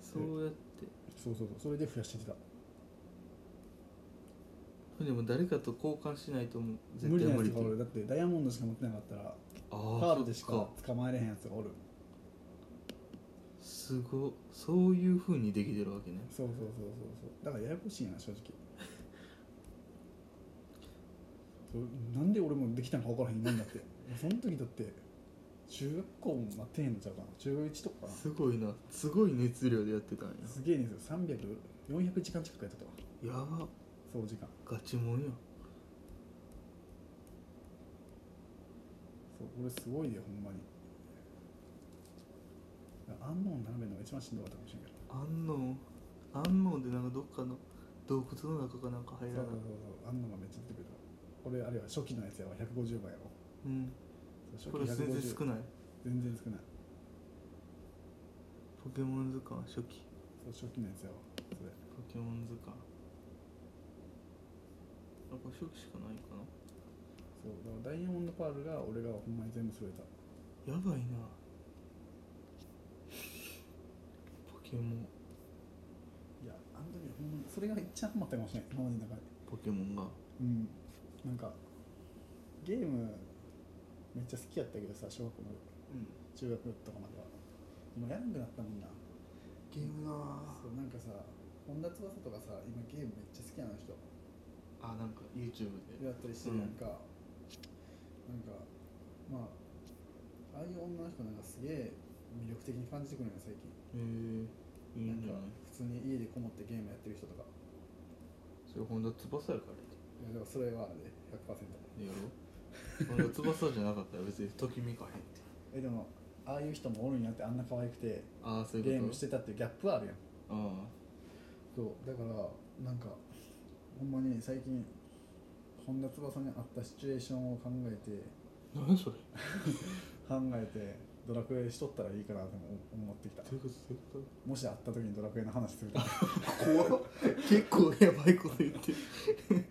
S1: そうやって
S2: そうそうそうそれで増やしてきた
S1: でも誰かと交換しないともう
S2: 無
S1: 絶
S2: 理
S1: 対
S2: な
S1: 無
S2: やつ
S1: 理
S2: がおるだってダイヤモンドしか持ってなかったら
S1: あ
S2: カ
S1: ー
S2: ードでしか
S1: そっ
S2: 捕まえれへんやつがおる
S1: すごいそういうふうにできてるわけね
S2: そうそうそうそうそうだからややこしいな正直そうなんで俺もできたのか分からへん今になってその時だって中学校もなってへんのちゃうかな中1とかかな
S1: すごいなすごい熱量でやってたんや
S2: すげえねんすよ300400時間近くやってたわ
S1: やば
S2: 総時間
S1: ガチもんや
S2: そう俺すごいでほんまにあんのを並べるのが一番しんどかったかもしれんけど
S1: あんのあんのでなんかどっかの洞窟の中かなんか入
S2: そう
S1: ら
S2: そ
S1: な
S2: う
S1: い
S2: そうそうあんのがめっちゃ出てくると俺あれは初期のやつやわ150倍やろ
S1: うん
S2: そう
S1: これ
S2: 初期
S1: 全然少
S2: 150
S1: ない
S2: 全然少ない
S1: ポケモン図鑑初期
S2: そう初期のやつやわそれ
S1: ポケモン図鑑あこれ初期しかないか
S2: そうだからダイヤモンドパールが俺がほんまに全部揃えた
S1: なやばいなポケモン
S2: いやあの時ほんまにそれが一番ハマったかもしれない今までの中で
S1: ポケモンが
S2: うんなんかゲームめっちゃ好きやったけどさ小学校の
S1: うん
S2: 中学とかまでは今やらなくなったもんな
S1: ゲームな
S2: そうなんかさ本田翼とかさ今ゲームめっちゃ好きなの人
S1: あなんか YouTube で
S2: やったりして
S1: うん
S2: なんか、なんかまあああいう女の人なんかすげえ魅力的に感じてくるのよ最近
S1: えー、いい
S2: なん
S1: じ
S2: か
S1: ゃない
S2: 普通に家でこもってゲームやってる人とか
S1: それ本田翼やからや
S2: いやでもそれはあれで100%
S1: でやろ本田翼じゃなかったら別にときめかへんって
S2: えでもああいう人もおるんやってあんな可愛くて
S1: ああそうい
S2: ゲーム
S1: うこと
S2: してたっていうギャップはあるやん
S1: ああ
S2: そうだからなんかほんまに最近本田翼に合ったシチュエーションを考えて
S1: 何それ
S2: 考えてドラクエしとったらいいかなとも思ってきた
S1: どういうことどういうこと
S2: もし会った時にドラクエの話すると
S1: 怖っ 結構やばいこと言ってる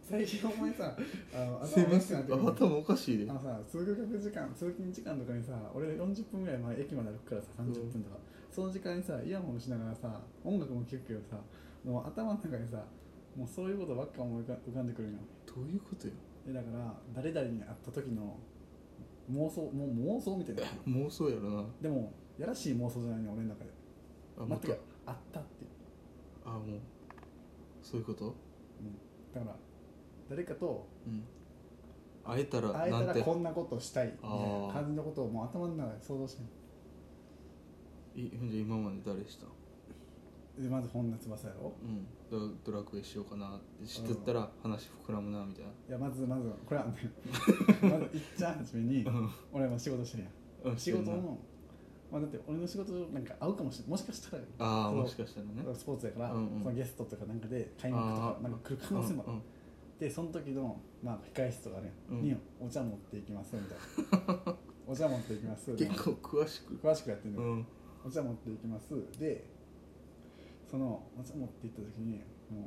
S2: 最近お前さあ の頭
S1: 攻
S2: お
S1: め
S2: かしく
S1: す
S2: なって
S1: ぎて
S2: くる
S1: 頭おかしいで
S2: あのさ通学時間通勤時間とかにさ俺40分ぐらい前駅まで歩くからさ30分とか、その時間にさイヤホンしながらさ音楽も聴くけどさもう頭の中にさもうそういうことばっか思い浮か浮かんでくるんよ
S1: どういうことよ
S2: でだから誰々に会った時の妄想もう妄想みたいな
S1: 妄想やろな
S2: でもやらしい妄想じゃないね俺の中で
S1: あ
S2: 待って
S1: ま
S2: かあったっていう、
S1: たあもうそういうこと
S2: うん、だから誰かと
S1: うん会えたら
S2: 会え
S1: な
S2: た
S1: ん
S2: ら
S1: て
S2: こんなことしたいみたい
S1: あー
S2: な感じのことをもう頭の中で想像して
S1: いほんじゃ今まで誰した
S2: るでまず本田翼やろ
S1: うんドラドラクエしようかなって知ってたら話膨らむなみたいない
S2: やまずまずこれ はねまずいっちゃん初めに俺はもう仕事してる
S1: う
S2: や
S1: ん
S2: ん仕事
S1: してんな
S2: のまあだって俺の仕事なんか合うかもしれないもしかしたら
S1: ああ
S2: その
S1: もしかしたらね
S2: スポーツやから、
S1: うんうん
S2: そのゲストとかなんかで開幕とか
S1: あー
S2: なんか来る可能性もある、
S1: うんうん
S2: でその時のまあ控え室とかね、
S1: うん
S2: にお茶持っていきますみたいお茶持っていきます
S1: 結構詳しく
S2: 詳しくやってるん
S1: う
S2: だけど
S1: ん
S2: お茶持っていきますでそのお茶持って行った時にもうも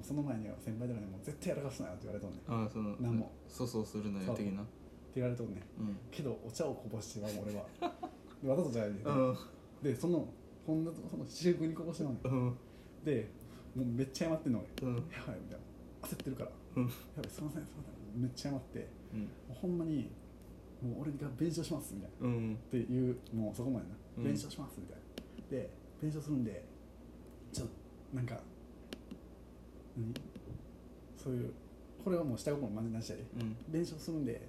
S2: うその前には先輩とかにもう絶対やらかすなよって言われとんねんって
S1: ああその
S2: なんも
S1: 粗相するなよ的な
S2: 言われとんねん
S1: うん
S2: けどお茶をこぼしては俺はでわざとじゃないねん
S1: うん
S2: でそのほんのその私服にこぼしてはんねん
S1: うん
S2: でもうめっちゃ謝ってんの俺
S1: うん
S2: やばいみたいな焦ってるから
S1: うん
S2: やばいすいませんすいませんめっちゃ謝ってもうほんまにもう俺が弁償しますみたいな
S1: うん
S2: っていうもうそこまで
S1: うん
S2: な弁償しますみたいな、で弁償するんでちょっとなんか何そういうこれはもう下心まじなしやで
S1: うん
S2: 弁償するんで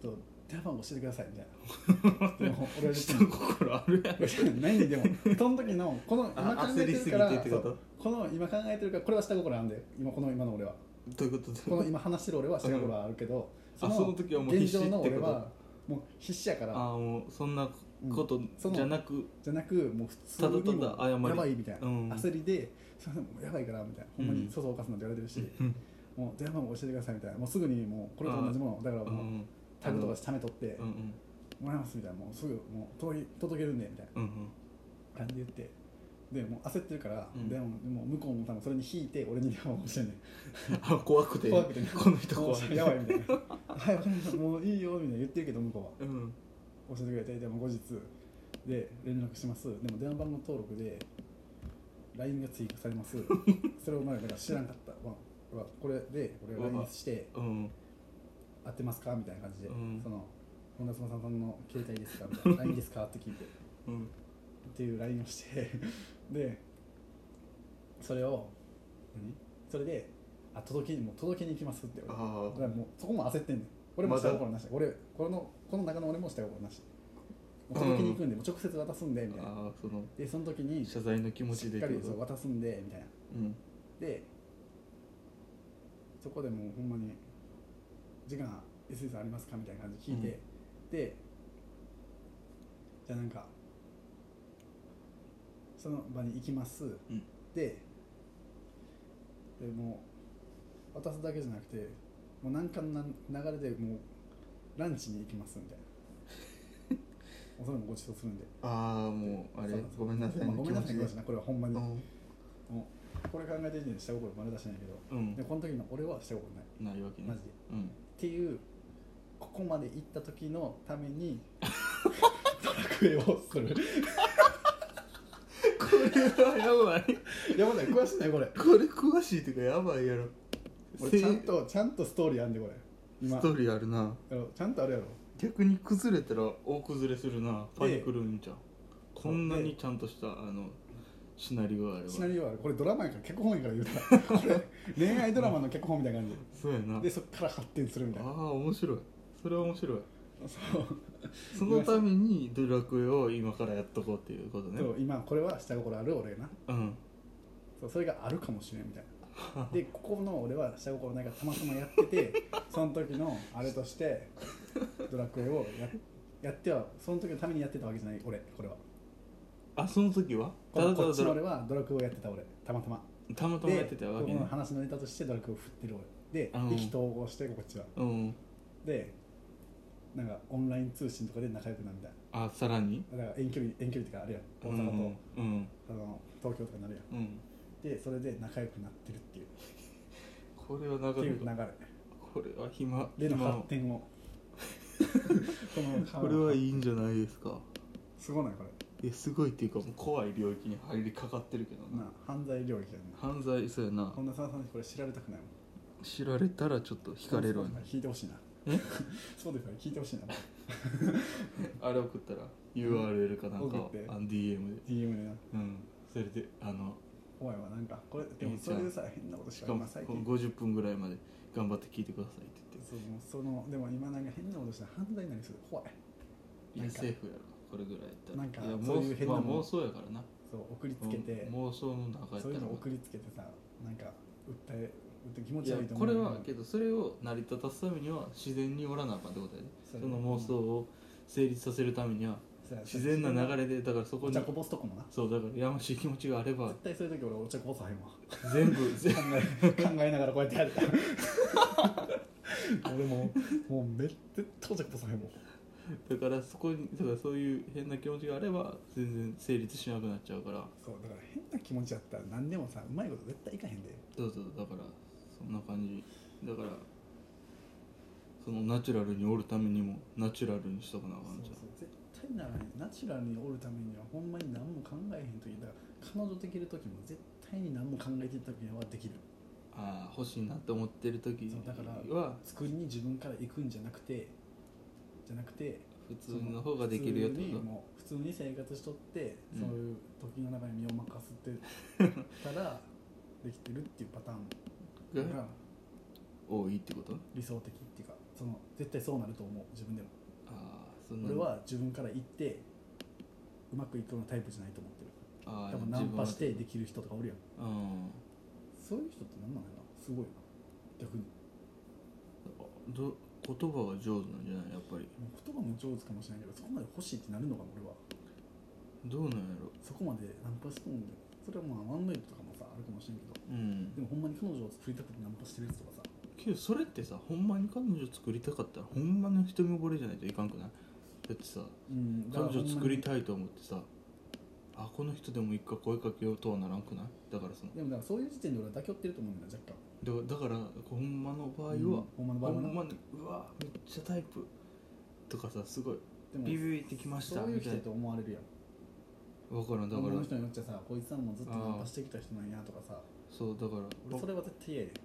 S2: ちょっと電話番号教えてくださいみたいなでも俺はち
S1: 下
S2: ょっ
S1: 心あるやん
S2: とない ねんでもその時のこの今
S1: あ
S2: 考えてるから
S1: 焦りすぎてってこと
S2: そうこの今考えてるからこれは下心なんで今この今の俺 は
S1: どういうことだ
S2: この今話してる俺は下心はあるけど、
S1: あその時はもう必死って
S2: 現状の
S1: こと
S2: 俺はもう必死やから
S1: ああもうそんなこと
S2: その
S1: じゃなく
S2: じゃなくもう普通
S1: ただた
S2: にも
S1: だ謝り
S2: やばいみたいな、
S1: うん
S2: 焦りで「それでもうやばいから」みたいな「ほんま
S1: う
S2: に
S1: ん
S2: 粗相を犯すなんて言われてるし、
S1: うん
S2: もう電話番号教えてください」みたいなもうすぐにもうこれと同じものだから
S1: う
S2: もう、
S1: ん
S2: タグとかしてためとって
S1: うんうん
S2: 「もらいます」みたいな「もうすぐもう届け届けるんで」みたいな
S1: うん
S2: 感じで言って。でもう焦ってるから、
S1: うん
S2: 電話ももう向こうも多分それに引いて俺に電話をしてんねん
S1: あ怖くて
S2: 怖くて
S1: この人怖
S2: もう
S1: い
S2: やばいみたいな 「はいわかりましたもういいよ」みたいな言ってるけど向こうは
S1: うん
S2: 教えてくれてでも後日で連絡しますでも電話番号登録で LINE が追加され ますそれを前だから知らんかったわわこれで俺が
S1: うわ
S2: LINE して
S1: うん
S2: 合ってますかみたいな感じで、
S1: うん
S2: その本田翼さんの携帯ですかみたいな LINE ですかって聞いてっ
S1: うん
S2: ていう LINE をしてでそれを何それであ届けにもう届けに行きますって俺だか
S1: ああ
S2: らもうそこも焦ってんねん俺も
S1: まだ
S2: 下心なし俺このこの中の俺も下心なしもう届けに行くんで、もう直接渡すんでみたいな
S1: ああその
S2: でその時にし
S1: 謝罪の気持ちで
S2: っ
S1: っ
S2: か
S1: て
S2: り
S1: こ
S2: そう
S1: と
S2: 渡すんでみたいな
S1: うん
S2: でそこでもうほんまに「時間 SS さんありますか?」みたいな感じで聞いて、でじゃあなんかその場に行きます、
S1: うん
S2: ででもう渡すだけじゃなくてもう何かの流れでもうランチに行きますみ たいなおそれもごちそうするんで
S1: ああもうあ
S2: そう
S1: れ
S2: そうそう
S1: ごめんなさい
S2: ま
S1: の
S2: あご
S1: 気
S2: めん
S1: 持
S2: なさいの気
S1: ちで
S2: 持ちなこれはほんまに、
S1: う
S2: も
S1: ん
S2: うこれ考えてる時点で下心丸出してないけど、
S1: う
S2: で
S1: ん
S2: この時の俺は下心ない
S1: ないわけね
S2: マジでっ
S1: うん
S2: ていうここまで行った時のため にドラクエをする
S1: これはやばい
S2: やばない詳しいねこれ
S1: これ詳しいっていうかやばいやろ
S2: 俺ちゃんとちゃんとストーリーあんでこれ今
S1: ストーリーあるな
S2: やろちゃんとあるやろ
S1: 逆に崩れたら大崩れするな
S2: で
S1: パニクるんじゃんこんなにちゃんとしたあのシナリオあれ
S2: シナ
S1: ば
S2: リオはあるこれドラマやから脚本やから言 うたらこれ恋愛ドラマの脚本みたいな感じ
S1: そうやな
S2: でそっから発展するみたい
S1: あ
S2: な
S1: あ面白いそれは面白い
S2: そう
S1: そのためにドラクエを今からやっとこうっていうことね
S2: そう今これは下心ある俺な
S1: うん
S2: そうそれがあるかもしれんみたいなでここの俺は下心ないからたまたまやってて その時のあれとしてドラクエをややってはその時のためにやってたわけじゃない俺これは
S1: あその時は
S2: こ
S1: ただ
S2: こ
S1: た
S2: っ
S1: だ
S2: ち
S1: ド
S2: の俺
S1: ラ
S2: はドラクエをやってた俺たまたま
S1: たまたまやってたわけ
S2: でこ
S1: ね
S2: の話のネタとしてドラクエを振ってる俺で
S1: うん
S2: 意気投合してこっちは
S1: うん
S2: でなんかオンライン通信とかで仲良くなるみたい
S1: あさらに
S2: なだから遠距離遠距離っていうかあれやん大
S1: うん
S2: 阪と、
S1: うん
S2: あの東京とかになるやん
S1: うん
S2: でそれで仲良くなってるっていう
S1: これは
S2: って
S1: 流
S2: い
S1: れ
S2: う流れ
S1: これは暇
S2: での
S1: 暇
S2: 発展 をこの
S1: これはいいいんじゃないですか
S2: すごないこれ
S1: いやすごいっていうかもう怖い領域に入りかかってるけどな
S2: な犯罪領域だよね
S1: 犯罪そうやな
S2: こんなさんさんにこれ知られたくないもん
S1: 知られたらちょっと惹かれるわね
S2: 聞いてほしいな
S1: え
S2: そうですから聞いてほしいな
S1: あれ送ったら URL かなんかを
S2: 送って
S1: あの DM で
S2: DM でな
S1: うんそれであの
S2: 怖いわなんかこれでもそれでさ変なことし
S1: し
S2: か
S1: かも
S2: 今最近
S1: 50分ぐらいまで頑張って聞いてくださいって言っ
S2: そうもうそのでも今なんか変なことしたら犯罪になりそうで怖い
S1: ていや
S2: なんか
S1: セーフやろこれぐらいやったら
S2: なんか
S1: いや
S2: そういう変な
S1: まあ
S2: もん
S1: 妄想やからな
S2: そう送りつけて
S1: うん妄想の中やった
S2: そうい
S1: ら
S2: うの
S1: ま
S2: 送りつけてさなんか訴え訴え気持
S1: あい
S2: ち
S1: や
S2: 悪いと思
S1: こ
S2: う
S1: れ
S2: んだ
S1: は
S2: け
S1: け
S2: ど
S1: どそれを成り立たすためには自然におらなあかんってことやね
S2: そ
S1: そうの妄想を成立させるためには
S2: そうや
S1: 自然な流れでだからそこ
S2: お
S1: に
S2: 茶こぼすとこもな
S1: そうだからやましい気持ちがあれば
S2: 絶対そういう時俺お茶こぼさへんわ
S1: 全部全
S2: 考え考えながらこうやってやる俺ももうめっちゃ到着こさへんもん
S1: だからそこにだからそういう変な気持ちがあれば全然成立しなくなっちゃうから
S2: そうだから変な気持ちだったら何でもさうまいこと絶対いかへんで
S1: どうぞだからそんな感じだからそのナチュラルにおるためにもナチュラルにしとかなあ
S2: そ
S1: か
S2: うん
S1: じゃん
S2: そう絶対ならへんナチュラルにおるためにはほんまに何も考えへん時だから彼女できる時も絶対に何も考えてる時にはできる
S1: ああ欲しいなって思ってる時
S2: そうだから
S1: は
S2: 作りに自分から行くんじゃなくてじゃなくて
S1: 普通の方ができるよって
S2: 普通に
S1: こ
S2: もう普通に生活しとって、
S1: うん
S2: そういう時の中に身を任せてたらできてるっていうパター
S1: と
S2: ン
S1: が
S2: が
S1: 多いってこと
S2: 理想的っていうかその絶対そうなると思う自分でも、
S1: ああそんな
S2: 俺は自分から行ってうまくいくようなタイプじゃないと思ってる
S1: ああ
S2: 多分ナンパしてできる人とかおるやん
S1: 自分はうん
S2: そういう人って何なのよなすごいな逆に
S1: ど言葉が上手なんじゃないやっぱり
S2: もう言葉も上手かもしれないけどそこまで欲しいってなるのかな俺は
S1: どうなんやろ
S2: そこまでナンパしとんでそれはまあワンナイトとかもさあるかもしれんけど
S1: うん
S2: でもほんまに彼女を作りたくてナンパしてるやつとかさ
S1: けどそれってさほんまに彼女作りたかったらほんまの一目惚れじゃないといかんくないだってさ
S2: うん
S1: 彼女作り
S2: い
S1: たいと思ってさあこの人でも一回声かけようとはならんくないだからその
S2: でもだからそういう時点で俺は妥協ってると思うんだよ若干
S1: だだからほんまの場合は、
S2: ほんまの場
S1: ほ
S2: 合は
S1: ん
S2: な
S1: まにうわめっちゃタイプとかさすごい
S2: でも
S1: ビビビってきました
S2: そういう
S1: み
S2: 人
S1: たいな
S2: やと思われるやん
S1: わからんだか
S2: 女
S1: ら
S2: の人によっちゃさこいつさんもずっとナンパしてきた人なんやとかさ
S1: そうだから
S2: 俺それは絶対嫌やで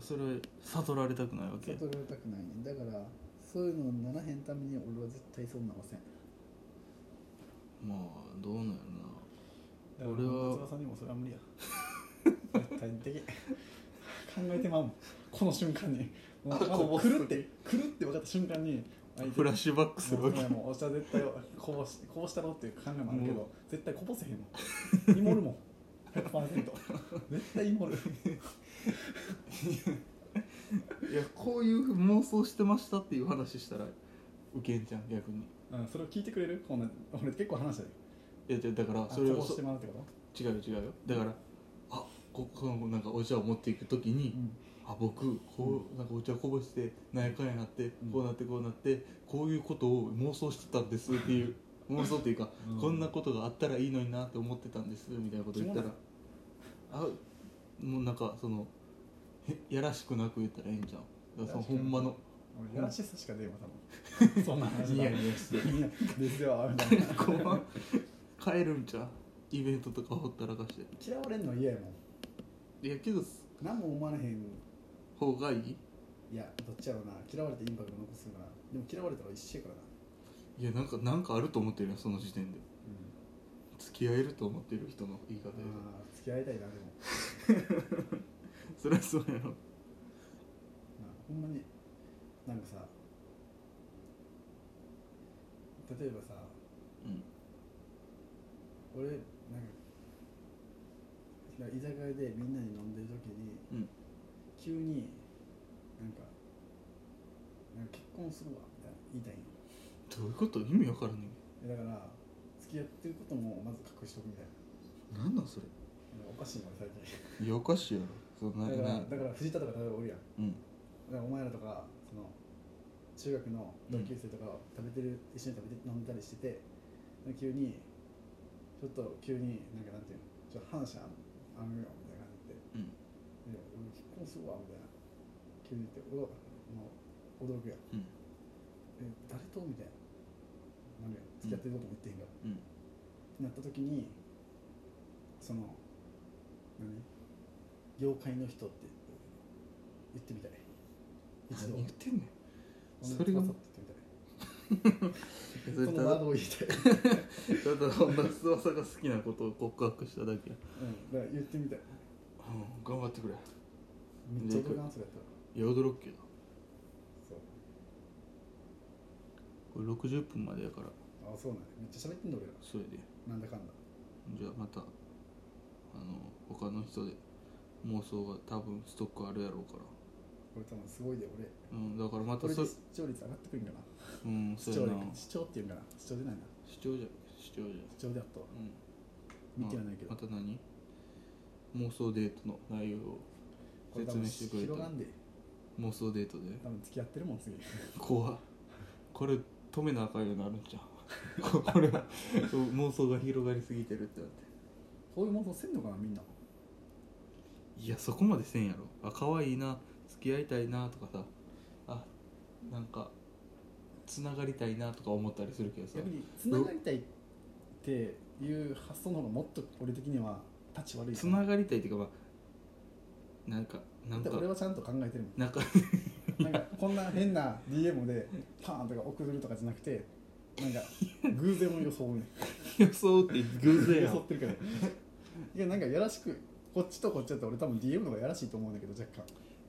S1: それ悟られたくないわけ
S2: 悟られたくないねんだからそういうのにならへんために俺は絶対そんなんはせん
S1: まあどうなんや
S2: だから
S1: 俺は
S2: 松田さんにもそれは無理や絶対的考えてまうもんこの瞬間にもう
S1: あこぼす
S2: 来るって来るって分かった瞬間に
S1: ろ
S2: 相
S1: な
S2: 手
S1: フラッシュバックする
S2: も
S1: わ
S2: う
S1: け
S2: それはもうお茶絶対こぼしこぼしたろっていう考えもあるけど、絶対こぼせへんもんイモるもん100%絶対イモる
S1: いやこういう妄想してましたっていう話したらウケんじゃん逆に
S2: うんそれを聞いてくれるこんな俺結構話したよ
S1: いやじゃあだから
S2: あ
S1: それ
S2: こ
S1: を
S2: ぼし
S1: そ
S2: てもらうってこと
S1: 違うよ違うよだからあここのなんかお茶を持っていく時に、
S2: うん
S1: あ僕こうなんかお茶こぼしてなんやかんやなって、
S2: うん
S1: こうなってこうなってこういうことを妄想してたんですっていう妄想っていうか、
S2: うん
S1: こんなことがあったらいいのになって思ってたんですみたいなこと言ったらあもうなんかそのへやらしくなく言ったらええんじゃんだからそのほんまの
S2: 俺やらしさしか出えわ多 分そんな話
S1: ニ
S2: だ
S1: ヤニヤして
S2: いやですよみたいな
S1: 怖っ帰るんちゃうイベントとかほったらかし
S2: 嫌われんの嫌やもん
S1: ていやけど
S2: 何も思われへん
S1: 方がいい
S2: いやどっちやろうな嫌われてインパクト残すからでも嫌われたら一緒やからない
S1: やなんかなんかあると思ってるよその時点で
S2: う
S1: 付き合えると思ってる人の言い方で
S2: ん、あー付き合いたいなでも
S1: そりゃそうやろ
S2: なほんまになんかさ例えばさ
S1: うん
S2: 俺なんかなんか居酒屋でみんなに飲んでる時に、
S1: うん
S2: 急になんかなんか結婚するわみたいな言いたいんよ
S1: どういうこと意味わからんね
S2: えだから付き合ってることもまず隠しとくみたいなん
S1: なんなんそれ
S2: なんかおかしいの最近
S1: いやおかしいやろそんな
S2: だからだから
S1: ない
S2: 藤田とか例えばおるやん
S1: うん
S2: だからお前らとかその中学の同級生とか食べてる、一緒に食べて飲んだりしててなんか急にちょっと急になんかなんていうのちょっと反社あんよみたいな感じで
S1: うん
S2: で俺結婚するわみたいな急に言っておもう驚くやん
S1: うん
S2: え誰とみたいななるやん付き合ってることも言ってへんから、
S1: うん
S2: ってなった時にその何業界の人って言ってみたい一
S1: 何
S2: 度
S1: 言ってんねんそ
S2: そ
S1: れ
S2: れ
S1: が
S2: が
S1: そ
S2: そ
S1: れた
S2: の
S1: だ
S2: ワードを言いたい、うん、だか
S1: ただ女の翼が好きなことを告白しただけや、
S2: ら言ってみたい
S1: うん、頑張ってくれ
S2: めっちゃ驚かんそれやったら
S1: いや驚くけど
S2: そう
S1: これ60分までやから
S2: あそうなんやめっちゃ喋ってんだ俺ら
S1: それで
S2: なんだかんだ
S1: じゃあまたあの他の人で妄想が多分ストックあるやろうから
S2: 俺多分すごいで俺
S1: うんだからま
S2: こ
S1: た
S2: れ
S1: そ
S2: で視聴率上がってくるんかな
S1: うん
S2: 視
S1: そ
S2: 聴
S1: うやな
S2: 率視聴っていうんかな視聴出ないな
S1: 視聴じゃ視聴じゃ
S2: 視聴であったわ
S1: うん
S2: 見てはないけど
S1: ままた何妄想デートの内容を
S2: これ多
S1: 説
S2: 分
S1: 明してくれ
S2: 広
S1: た
S2: がんで
S1: 妄想デートで
S2: 多分付き合ってるもん次
S1: 怖っこれ止めなあかんようになるんちゃう ここれはそう妄想が広がりすぎてるってなって
S2: そういう妄想せんのかなみんない
S1: やそこまでせんやろあ可愛いな付き合いたいなとかさあなんかつながりたいなとか思ったりするけどさ
S2: 逆につながりたいっていう発想の方がもっと俺的にはタち悪い
S1: つ
S2: な
S1: ながりたいっていうかまあなんかなん
S2: だ
S1: か
S2: って俺はちゃんと考えてるもん
S1: なんか
S2: なんかこんな変な DM でパーンとか送るとかじゃなくてなんか偶然を装うね
S1: 予想って偶 然や
S2: 装
S1: ん
S2: ってるからいやなんかやらしくこっちとこっちだったら俺多分 DM の方がやらしいと思うんだけど若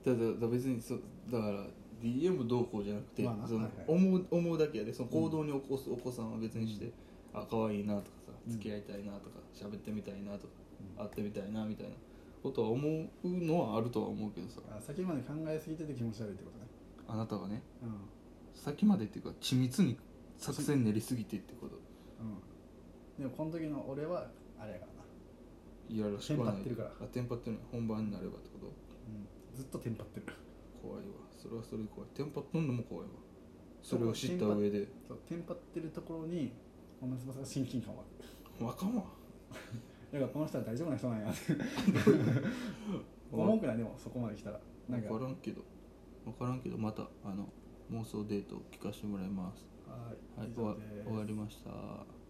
S2: 干
S1: だだだ別にそだから DM どうこうじゃなくて、
S2: まあな
S1: その
S2: はいはい
S1: 思う思うだけやでその行動に起こすお子さんは別にして、あ可愛いなとかさ
S2: うん
S1: 付き合いたいなとか喋ってみたいなとか、
S2: うん
S1: 会ってみたいなみたいなことは思うのはあるとは思うけどさ
S2: あ先まで考えすぎてて気持ち悪いってことね
S1: あなたがね
S2: うん
S1: 先までっていうか緻密に作戦練りすぎてってこと
S2: うんでもこの時の俺はあれやからな、
S1: いやらしくはな
S2: テンパっ
S1: い
S2: てるから
S1: あテンパってるの本番になればってこと
S2: うん、ずっとテンパってる
S1: 怖いわそれはそれで怖いテンパっとんのも怖いわそれを知った上で
S2: そうテンパってるところにこの翼が親近感湧く
S1: わかんわ
S2: だからこの人は大丈夫な人なんやって思うくないでもそこまで来たらな
S1: 分
S2: んか
S1: からんけど分からんけどまたあの妄想デートを聞かせてもらいます
S2: はい
S1: はい
S2: 以
S1: 終わ
S2: 上です
S1: 終わりました